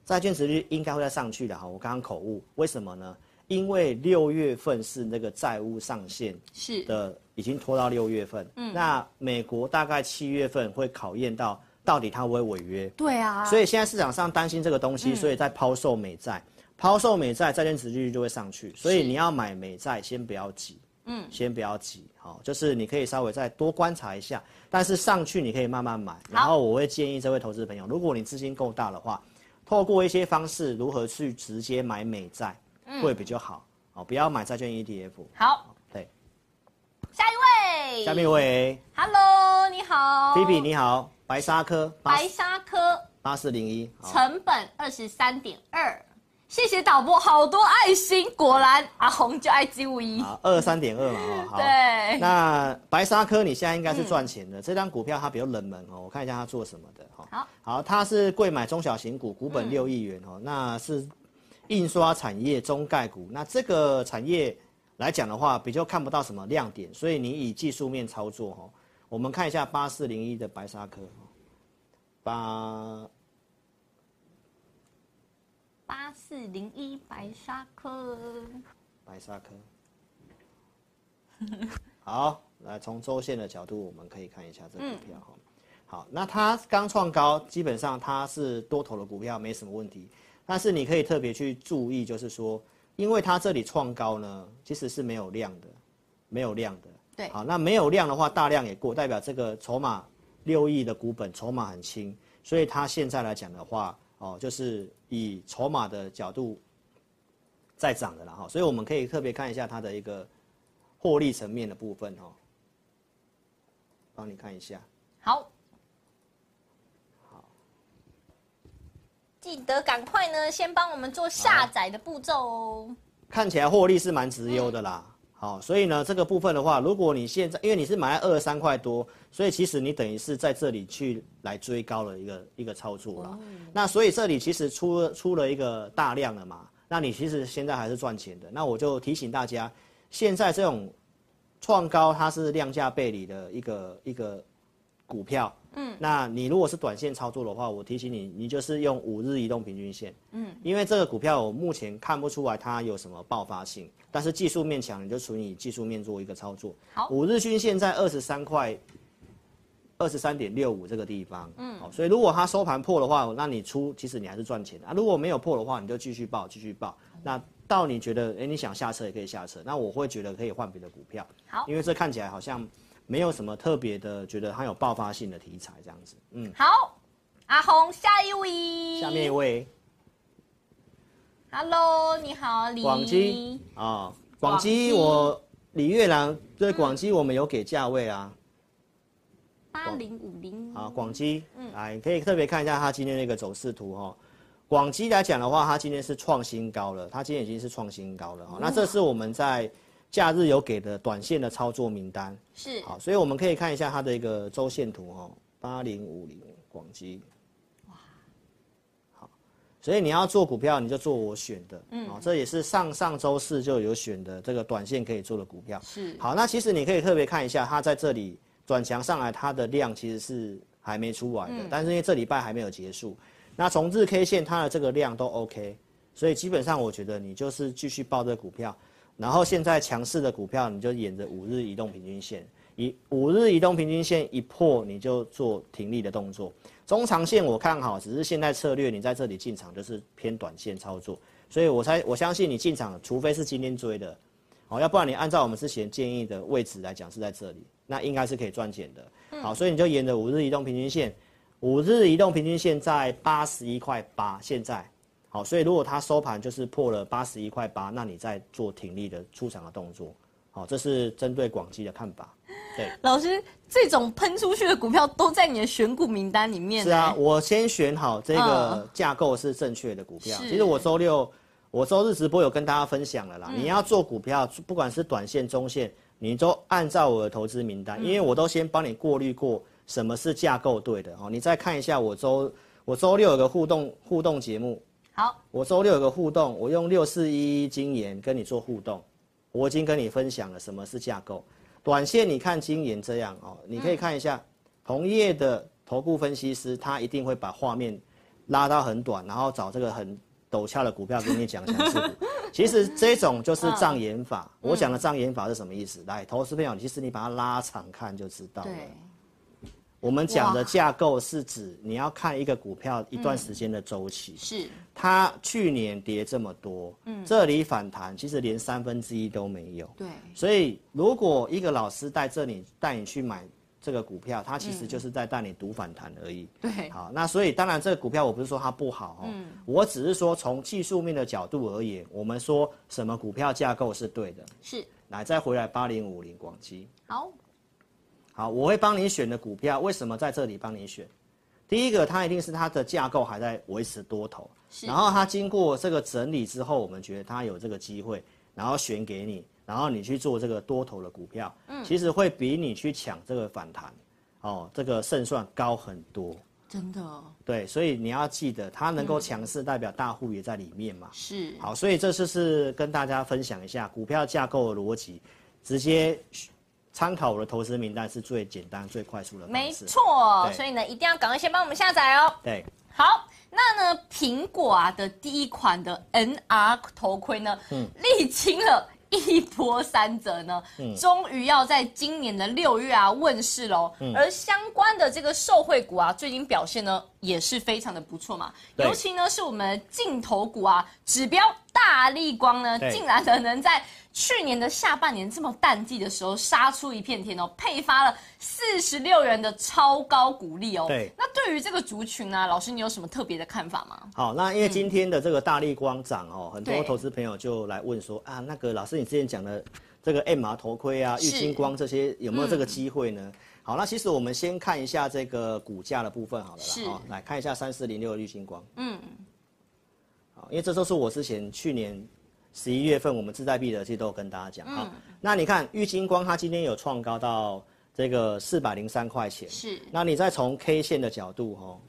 Speaker 2: 债券值利率应该会再上去的哈。我刚刚口误，为什么呢？因为六月份是那个债务上限
Speaker 1: 是
Speaker 2: 的已经拖到六月份，嗯，那美国大概七月份会考验到到底它会违约，
Speaker 1: 对嗯啊，
Speaker 2: 所以现在市场上担心这个东西，所以在抛售美债，抛售美债，债券值利率就会上去，所以你要买美债先不要急，嗯，先不要急，好，就是你可以稍微再多观察一下，但是上去你可以慢慢买，然后我会建议这位投资朋友，如果你资金够大的话，透过一些方式如何去直接买美债，
Speaker 1: 嗯
Speaker 2: 会比较好，哦，不要买债券 ETF，
Speaker 1: 好，
Speaker 2: 对，
Speaker 1: 下一位，
Speaker 2: 下面一位。
Speaker 1: Hello，你好
Speaker 2: 菲比你好，白沙科八
Speaker 1: 哦白沙科
Speaker 2: 八四零一，好
Speaker 1: 成本二十三点二，谢谢导播，好多爱心，果然阿红就爱金五一。
Speaker 2: 啊，二三点二嘛，哦，好。
Speaker 1: 对
Speaker 2: 那白沙科你现在应该是赚钱的，这张股票它比较冷门哦，我看一下它做什么的哈。
Speaker 1: 好，
Speaker 2: 好，它是贵买中小型股，股本六亿元哦，那是印刷产业中概股。那这个产业来讲的话，比较看不到什么亮点，所以你以技术面操作哦。我们看一下八四零一的白沙科，哦八
Speaker 1: 八四零一白沙科，
Speaker 2: 白沙科。 *laughs* 好，来从周线的角度，我们可以看一下这股票哈。好，那它刚创高，基本上它是多头的股票，没什么问题。但是你可以特别去注意，就是说，因为它这里创高呢，其实是没有量的，没有量的。
Speaker 1: 对
Speaker 2: 好，那没有量的话，大量也过，代表这个筹码六亿的股本筹码很轻，所以它现在来讲的话，哦，就是以筹码的角度在涨的啦哈，所以我们可以特别看一下它的一个获利层面的部分哦，帮你看一下。
Speaker 1: 好。记得赶快呢，先帮我们做下载的步骤哦。
Speaker 2: 看起来获利是蛮直优的啦。好，所以呢，这个部分的话，如果你现在因为你是买在二十三块多，所以其实你等于是在这里去来追高的一个一个操作啦。那所以这里其实出了出了一个大量了嘛，那你其实现在还是赚钱的。那我就提醒大家，现在这种创高它是量价背离的一个一个股票。嗯，那你如果是短线操作的话，我提醒你，你就是用五日移动平均线。因为这个股票我目前看不出来它有什么爆发性，但是技术面强，你就纯以技术面做一个操作。
Speaker 1: 好
Speaker 2: 五日均线在二十三块，二十三点六五这个地方，嗯，好，所以如果它收盘破的话，那你出其实你还是赚钱的啊。如果没有破的话，你就继续报，继续报。那到你觉得，哎，你想下车也可以下车，那我会觉得可以换别的股票。
Speaker 1: 好
Speaker 2: 因为这看起来好像没有什么特别的，觉得它有爆发性的题材这样子。嗯，
Speaker 1: 好，阿红，下一位。
Speaker 2: 下面一位
Speaker 1: Hello，你好，李。
Speaker 2: 广基啊，广、
Speaker 1: 广基嗯
Speaker 2: 基我李月兰对广基我们有给价位啊，
Speaker 1: 八零五零。
Speaker 2: 啊，广基，
Speaker 1: 嗯
Speaker 2: 来可以特别看一下它今天那个走势图哈、哦。广基来讲的话，它今天是创新高了，它今天已经是创新高了哈、哦。
Speaker 1: 嗯
Speaker 2: 那这是我们在假日有给的短线的操作名单，
Speaker 1: 是。
Speaker 2: 好，所以我们可以看一下它的一个周线图哈、哦，八零五零广基。哇，好，所以你要做股票，你就做我选的，嗯，哦，这也是上上周四就有选的这个短线可以做的股票，
Speaker 1: 是。
Speaker 2: 好，那其实你可以特别看一下，它在这里转强上来，它的量其实是还没出来的，但是因为这礼拜还没有结束，那从日 K 线它的这个量都 OK，所以基本上我觉得你就是继续抱这个股票，然后现在强势的股票你就沿着五日移动平均线，以五日移动平均线一破你就做停利的动作，中长线我看好，只是现在策略你在这里进场就是偏短线操作，所以我猜我相信你进场，除非是今天追的。好，要不然你按照我们之前建议的位置来讲是在这里，那应该是可以赚钱的。好，所以你就沿着五日移动平均线，五日移动平均线在八十一块八，现在好，所以如果它收盘就是破了八十一块八，那你再做停利的出场的动作。好，这是针对广基的看法。
Speaker 1: 老师，这种喷出去的股票都在你的选股名单里面。欸嗯
Speaker 2: 是啊，，我先选好这个架构是正确的股票。
Speaker 1: 是
Speaker 2: 其实我周六、我周日直播有跟大家分享了啦。
Speaker 1: 嗯
Speaker 2: 你要做股票，不管是短线、中线，你都按照我的投资名
Speaker 1: 嗯
Speaker 2: 单，因为我都先帮你过滤过什么是架构对的哦。你再看一下我周我周六有个互动互动节目，
Speaker 1: 好，
Speaker 2: 我周六有个互动，我用六四一一金研跟你做互动，我已经跟你分享了什么是架构。短线你看金研这样哦，你可以看一下、同业的投顾分析师，他一定会把画面拉到很短，然后找这个很陡峭的股票跟你讲强势股。其实这种就是障眼法。我讲的障眼法是什么意思？来，投资朋友，其实你把它拉长看就知道了。
Speaker 1: 对，
Speaker 2: 我们讲的架构是指你要看一个股票一段时间的周期。
Speaker 1: 是
Speaker 2: 它去年跌这么多，这里反弹其实连三分之一都没有。
Speaker 1: 对，
Speaker 2: 所以如果一个老师带这里带你去买这个股票，他其实就是在带你赌反弹而已。
Speaker 1: 对
Speaker 2: 好，那所以当然这个股票我不是说它不好哦，我只是说从技术面的角度而言，我们说什么股票架构是对的。
Speaker 1: 是。
Speaker 2: 来，再回来八零五零广基，
Speaker 1: 好，
Speaker 2: 好，我会帮你选的股票，为什么在这里帮你选？第一个，它一定是它的架构还在维持多头，
Speaker 1: 是
Speaker 2: 然后它经过这个整理之后，我们觉得它有这个机会，然后选给你，然后你去做这个多头的股票，其实会比你去抢这个反弹，哦，这个胜算高很多。
Speaker 1: 真的哦
Speaker 2: 对，所以你要记得，它能够强势，代表大户也在里面嘛。
Speaker 1: 是
Speaker 2: 好，所以这次是跟大家分享一下股票架构的逻辑，直接参考我的投资名单是最简单、最快速的方式。
Speaker 1: 没，错，
Speaker 2: 对
Speaker 1: 所以呢，一定要赶快先帮我们下载哦。
Speaker 2: 对，
Speaker 1: 好，那呢，苹果啊的第一款的 NR 头盔呢，
Speaker 2: 嗯
Speaker 1: 历经了。一波三折呢，
Speaker 2: 嗯
Speaker 1: 终于要在今年的六月啊问世喽。
Speaker 2: 嗯
Speaker 1: 而相关的这个受惠股啊，最近表现呢也是非常的不错嘛。
Speaker 2: 对
Speaker 1: 尤其呢是我们镜头股啊，指标大力光呢，
Speaker 2: 对
Speaker 1: 竟然呢能在去年的下半年这么淡季的时候杀出一片天哦，配发了四十六元的超高股利哦。
Speaker 2: 对
Speaker 1: 那对于这个族群呢、老师你有什么特别的看法吗？
Speaker 2: 好，那因为今天的这个大力光涨哦，很多
Speaker 1: 嗯对
Speaker 2: 投资朋友就来问说啊，那个老师你之前讲的这个 M R 头盔啊、玉
Speaker 1: 是嗯
Speaker 2: 金光这些有没有这个机会呢？好，那其实我们先看一下这个股价的部分好了
Speaker 1: 是
Speaker 2: 啦，哦，来看一下三四零六的玉金光，
Speaker 1: 嗯，
Speaker 2: 好，因为这都是我之前去年十一月份我们自在币的，其实都有跟大家讲
Speaker 1: 嗯
Speaker 2: 啊、好那你看玉金光它今天有创高到这个四百零三块钱，
Speaker 1: 是
Speaker 2: 那你再从 K 线的角度哦，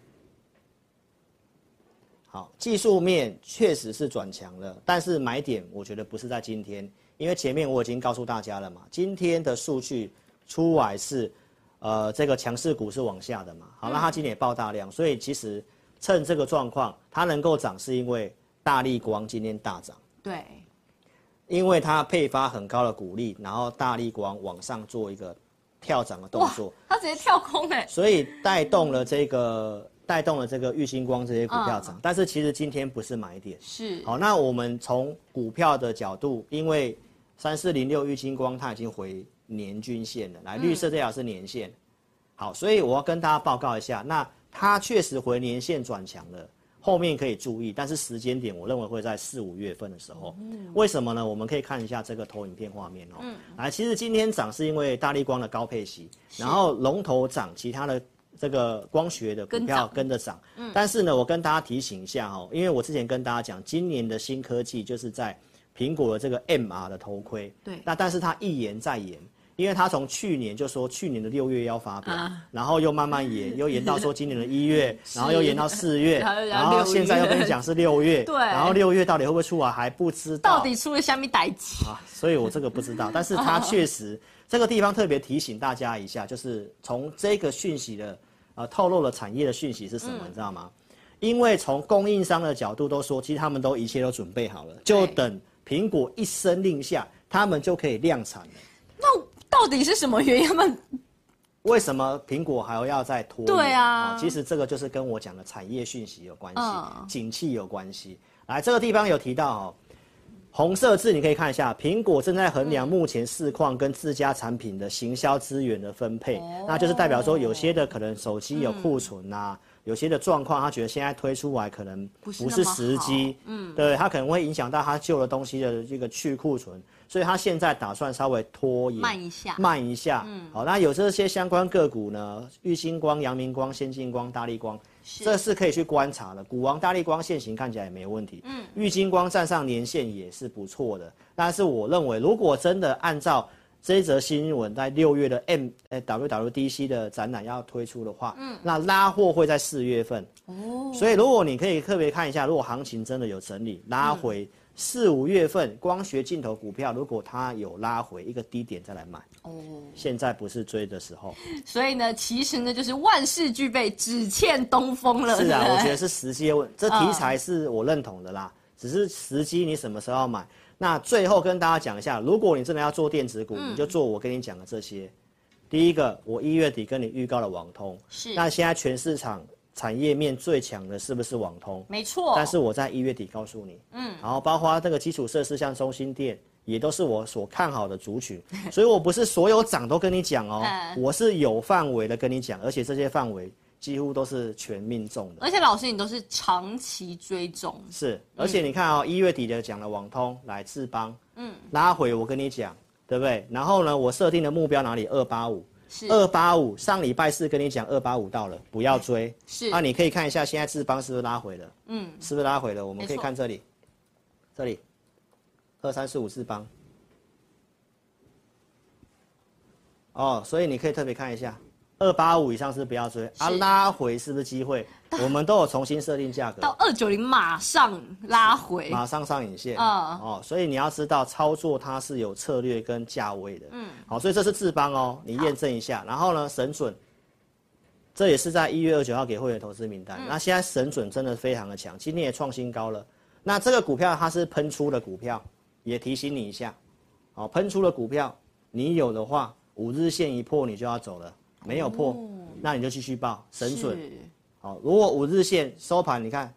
Speaker 2: 好，技术面确实是转强了，但是买点我觉得不是在今天，因为前面我已经告诉大家了嘛，今天的数据出来是，呃，这个强势股是往下的嘛，好，那它今天也爆大量，所以其实趁这个状况，它能够涨是因为大力光今天大涨。
Speaker 1: 对，
Speaker 2: 因为它配发很高的股利，然后大力光往上做一个跳涨的动作，
Speaker 1: 他直接跳空哎、
Speaker 2: 所以带动了这个带动了这个玉星光这些股票涨，但是其实今天不是买点。
Speaker 1: 是
Speaker 2: 好，那我们从股票的角度，因为三四零六玉星光它已经回年均线了，来绿色这条是年线，好，所以我要跟大家报告一下，那它确实回年线转强了。后面可以注意，但是时间点我认为会在四五月份的时候。
Speaker 1: 嗯
Speaker 2: 为什么呢？我们可以看一下这个投影片画面哦。来，其实今天涨是因为大力光的高配息，然后龙头涨，其他的这个光学的股
Speaker 1: 跟
Speaker 2: 票
Speaker 1: 涨嗯
Speaker 2: 跟着涨。但是呢，我跟大家提醒一下哦，因为我之前跟大家讲，今年的新科技就是在苹果的这个 MR 的头盔。
Speaker 1: 对
Speaker 2: 那但是它一延再延。因为它从去年就说去年的六月要发表，
Speaker 1: 啊
Speaker 2: 然后又慢慢延，又延到说今年的一
Speaker 1: *laughs*
Speaker 2: 月，然后又延到四月，
Speaker 1: 然后又延到
Speaker 2: 然后
Speaker 1: 六月
Speaker 2: 现在又跟你讲是六月，
Speaker 1: *laughs* 对
Speaker 2: 然后六月到底会不会出来还不知道，
Speaker 1: 到底出了虾米歹机？
Speaker 2: 啊，所以我这个不知道，
Speaker 1: *laughs*
Speaker 2: 但是它确实这个地方特别提醒大家一下，就是从这个讯息的呃透露了产业的讯息是什么，
Speaker 1: 嗯
Speaker 2: 你知道吗？因为从供应商的角度都说，其实他们都一切都准备好了，就等苹果一声令下，他们就可以量产了。
Speaker 1: 那到底是什么原因？他们
Speaker 2: 为什么苹果还要再拖延？
Speaker 1: 对啊
Speaker 2: 哦其实这个就是跟我讲的产业讯息有关系，
Speaker 1: 嗯
Speaker 2: 景气有关系。来，这个地方有提到哦，红色字你可以看一下，苹果正在
Speaker 1: 嗯
Speaker 2: 衡量目前市况跟自家产品的行销资源的分配，
Speaker 1: 哦
Speaker 2: 那就是代表说有些的可能手机有库存呐、有些的状况，他觉得现在推出来可能
Speaker 1: 嗯不是
Speaker 2: 不
Speaker 1: 那
Speaker 2: 是
Speaker 1: 么
Speaker 2: 时机
Speaker 1: 好，
Speaker 2: 嗯，对，它可能会影响到他旧的东西的这个去库存，所以他现在打算稍微拖延
Speaker 1: 慢一下
Speaker 2: 慢一下。嗯，好，那有这些相关个股呢，玉星光、阳明光、先进光、大力光，这是可以去观察的。股王大力光现行看起来也没问题，嗯，玉星光站上年线也是不错的。但是我认为，如果真的按照这一则新闻在六月的 M 呃 WWDC 的展览要推出的话，嗯，哦那拉货会在四月份，所以如果你可以特别看一下，如果行情真的有整理拉回四五月份，光学镜头股票如果它有拉回一个低点再来买，
Speaker 1: 哦，
Speaker 2: 现在不是追的时候。
Speaker 1: 所以呢，其实呢就是万事俱备，只欠东风了。
Speaker 2: 是啊
Speaker 1: 对，不对
Speaker 2: 我觉得是时机的问，这题材是我认同的啦，只是时机你什么时候要买。那最后跟大家讲一下，如果你真的要做电子股，你就做我跟你讲的这些。第一个，我一月底跟你预告了网通，
Speaker 1: 是
Speaker 2: 那现在全市场产业面最强的是不是网通？
Speaker 1: 没错，
Speaker 2: 但是我在一月底告诉你，嗯，然后包括那个基础设施，像中心店，也都是我所看好的族群，所以我不是所有涨都跟你讲哦，
Speaker 1: 嗯
Speaker 2: 我是有范围的跟你讲，而且这些范围几乎都是全命中的，
Speaker 1: 而且老师你都是长期追踪，
Speaker 2: 是，而且你看哦，一月底的讲了网通来智邦，嗯，拉回我跟你讲，对不对？然后呢，我设定的目标哪里？二八五。
Speaker 1: 是
Speaker 2: 二八五上礼拜四跟你讲二八五到了，不要追。
Speaker 1: 是
Speaker 2: 啊，你可以看一下现在智邦是不是拉回了？
Speaker 1: 嗯，
Speaker 2: 是不是拉回了？我们
Speaker 1: 没
Speaker 2: 可以
Speaker 1: 错
Speaker 2: 看这里，这里二三四五智邦。哦，所以你可以特别看一下，二八五以上是不要追啊，
Speaker 1: 是
Speaker 2: 拉回是不是
Speaker 1: *laughs*
Speaker 2: 机会？我们都有重新设定价格，
Speaker 1: 到二九零马上拉回，
Speaker 2: 马上上影线。
Speaker 1: 嗯
Speaker 2: 哦，所以你要知道操作它是有策略跟价位的。嗯，好，所以这是智邦哦，你验证一下。然后呢，神准，这也是在一月二九号给会员投资名
Speaker 1: 嗯
Speaker 2: 单。那现在神准真的非常的强，今天也创新高了。那这个股票它是喷出的股票，也提醒你一下，哦，喷出的股票你有的话，五日线一破你就要走了，没有破，那你就继续报神准。
Speaker 1: 哦是
Speaker 2: 好，如果五日线收盘，你看、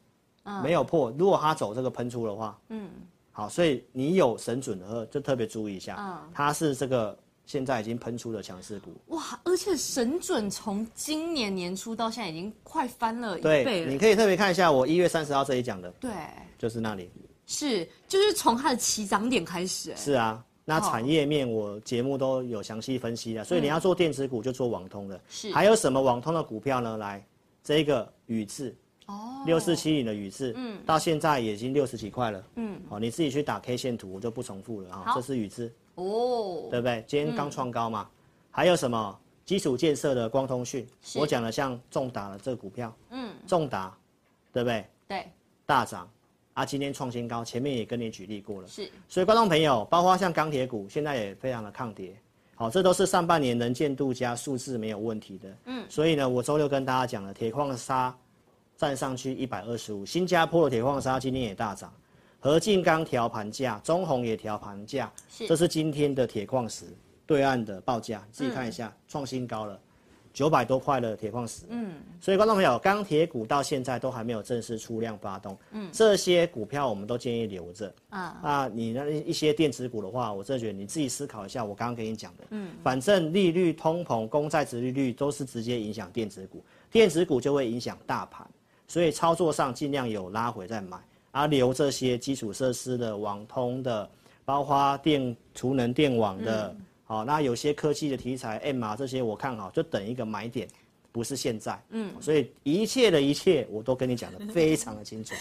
Speaker 2: 没有破，如果它走这个喷出的话，嗯，好，所以你有神准的话，就特别注意一下，它是这个现在已经喷出的强势股，
Speaker 1: 哇！而且神准从今年年初到现在已经快翻了一倍
Speaker 2: 对，你
Speaker 1: 了，
Speaker 2: 可以特别看一下我一月三十号这里讲的，
Speaker 1: 对，
Speaker 2: 就是那里，
Speaker 1: 是就是从它的起涨点开始，哎
Speaker 2: 是啊。那
Speaker 1: 好
Speaker 2: 产业面我节目都有详细分析的，所以你要做电子股就做网通的。
Speaker 1: 嗯是
Speaker 2: 还有什么网通的股票呢？来，这个宇智，
Speaker 1: 哦，
Speaker 2: 六四七零的宇智，嗯，到现在已经六十几块了，嗯，好，你自己去打 K 线图，我就不重复了啊。
Speaker 1: 好
Speaker 2: 这是宇智，
Speaker 1: 哦，
Speaker 2: 对不对？今天刚创高嘛，还有什么基础建设的光通讯？
Speaker 1: 是
Speaker 2: 我讲了像重达的这个股票，嗯，重达，对不对？
Speaker 1: 对，
Speaker 2: 大涨啊，今天创新高，前面也跟你举例过了。
Speaker 1: 是
Speaker 2: 所以观众朋友，包括像钢铁股，现在也非常的抗跌。好，这都是上半年能见度加数字没有问题的。嗯，所以呢，我周六跟大家讲了，铁矿砂站上去一百二十五，新加坡的铁矿砂今天也大涨，合金钢调盘价，中红也调盘价，
Speaker 1: 是
Speaker 2: 这是今天的铁矿石对岸的报价，自己看一下，创、新高了。九百多块的铁矿石，嗯，所以观众朋友，钢铁股到现在都还没有正式出量发动，嗯，这些股票我们都建议留着，
Speaker 1: 啊，
Speaker 2: 那你那一些电子股的话，我真的觉得你自己思考一下，我刚刚跟你讲的，嗯，反正利率、通膨、公债值利率都是直接影响电子股，电子股就会影响大盘，所以操作上尽量有拉回再买，而留这些基础设施的、网通的，包括电、储能、电网的，好、那有些科技的题材，M 啊这些我看好，就等一个买点。不是现在，嗯，所以一切的一切我都跟你讲的非常的 *laughs* 清楚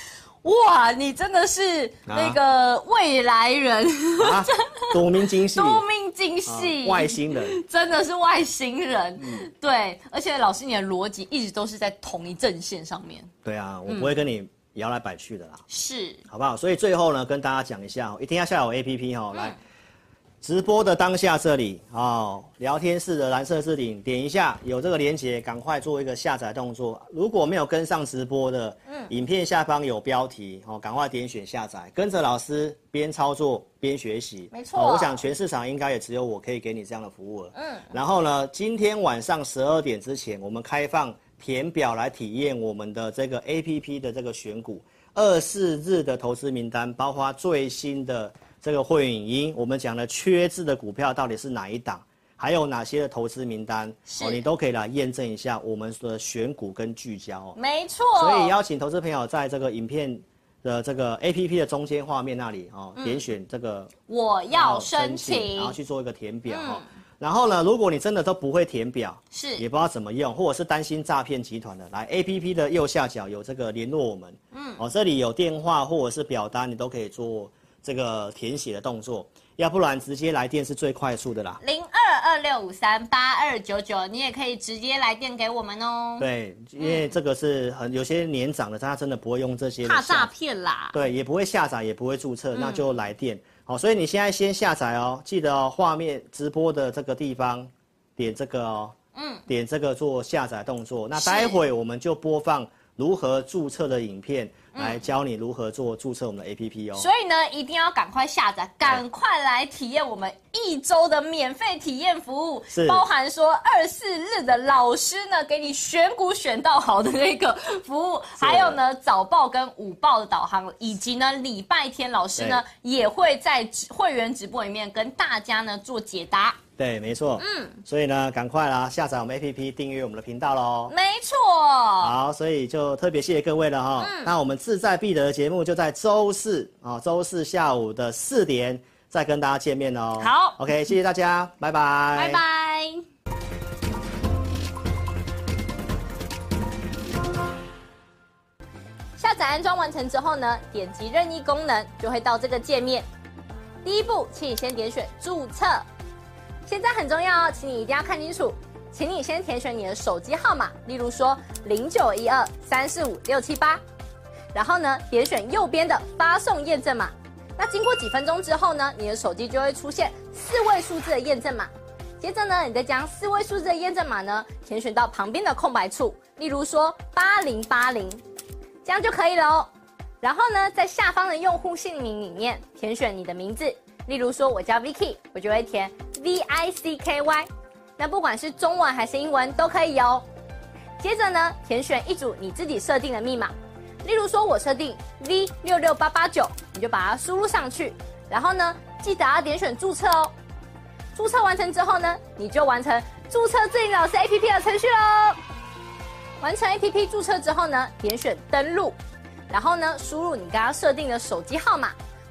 Speaker 1: 哇！你真的是那个未来人，
Speaker 2: 啊，赌民精 *laughs* 细，
Speaker 1: 多命精细，
Speaker 2: 啊外星嗯人，
Speaker 1: 真的是外星人，对，而且老师你的逻辑一直都是在同一阵线上面，
Speaker 2: 对啊，我不会跟你摇来摆去的啦，
Speaker 1: 是
Speaker 2: 好不好？所以最后呢，跟大家讲一下哦，一定要下我 APP
Speaker 1: 嗯
Speaker 2: 哦，来、直播的当下这里哦，聊天室的蓝色置顶点一下，有这个连接，赶快做一个下载动作。如果没有跟上直播的，
Speaker 1: 嗯
Speaker 2: 影片下方有标题哦，赶快点选下载，跟着老师边操作边学习。
Speaker 1: 没错
Speaker 2: 哦我想全市场应该也只有我可以给你这样的服务了。嗯，然后呢，今天晚上十二点之前，我们开放填表来体验我们的这个 A P P 的这个选股二四日的投资名单，包括最新的这个会员影音，我们讲的缺字的股票到底是哪一档，还有哪些的投资名单，哦
Speaker 1: 是
Speaker 2: 你都可以来验证一下我们的选股跟聚焦哦。
Speaker 1: 没错，
Speaker 2: 所以邀请投资朋友在这个影片的这个 A P P 的中间画面那里哦，点选这个
Speaker 1: 我要申
Speaker 2: 哦然后
Speaker 1: 请，
Speaker 2: 去做一个填表哈、然后呢，如果你真的都不会填表，
Speaker 1: 是
Speaker 2: 也不知道怎么用，或者是担心诈骗集团的，来 A P P 的右下角有这个联络我们，嗯，哦，这里有电话或者是表单，你都可以做这个填写的动作，要不然直接来电是最快速的啦。
Speaker 1: 零二二六五三八二九九，你也可以直接来电给我们哦。
Speaker 2: 对，因为这个是很有些年长的，他真的不会用这些的
Speaker 1: 怕
Speaker 2: 下
Speaker 1: 诈骗啦，
Speaker 2: 对，也不会下载，也不会注册，那就来电。好，所以你现在先下载哦，记得哦，画面直播的这个地方点这个哦，嗯，点这个做下载动作。那
Speaker 1: 是
Speaker 2: 待会我们就播放如何注册的影片，来教你如何做注册我们的 APP 哦。哎
Speaker 1: 所以呢，一定要赶快下载，赶快来体验我们一周的免费体验服务，
Speaker 2: 是
Speaker 1: 包含说二四日的老师呢给你选股选到好的那个服务，
Speaker 2: 是
Speaker 1: 还有呢早报跟午报的导航，以及呢礼拜天老师
Speaker 2: 哎
Speaker 1: 呢也会在直会员直播里面跟大家呢做解答。
Speaker 2: 对，没错。嗯，所以呢，赶快啦，下载我们 APP，订阅我们的频道喽。
Speaker 1: 没错，
Speaker 2: 好，嗯所以就特别谢谢各位了哈、那我们志在必得的节目就在周四啊，周四下午的四点再跟大家见面哦。
Speaker 1: 好
Speaker 2: ，OK，谢谢大家，拜
Speaker 1: 拜
Speaker 2: 拜，
Speaker 1: 拜。档安装完成之后呢，点击任意功能就会到这个界面。第一步，请你先点选注册。现在很重要哦，请你一定要看清楚，请你先填选你的手机号码，例如说零九一二三四五六七八，然后呢，点选右边的发送验证码。那经过几分钟之后呢，你的手机就会出现四位数字的验证码。接着呢，你再将四位数字的验证码呢填选到旁边的空白处，例如说八零八零，这样就可以了哦。然后呢，在下方的用户姓名里面填选你的名字，例如说我叫 Vicky，我就会填 V I C K Y。那不管是中文还是英文都可以哦。接着呢，填选一组你自己设定的密码，例如说我设定 V 六六八八九，你就把它输入上去。然后呢，记得要点选注册哦。注册完成之后呢，你就完成注册自己老师 APP 的程序喽。完成 APP 注册之后呢，点选登录，然后呢，输入你刚刚设定的手机号码。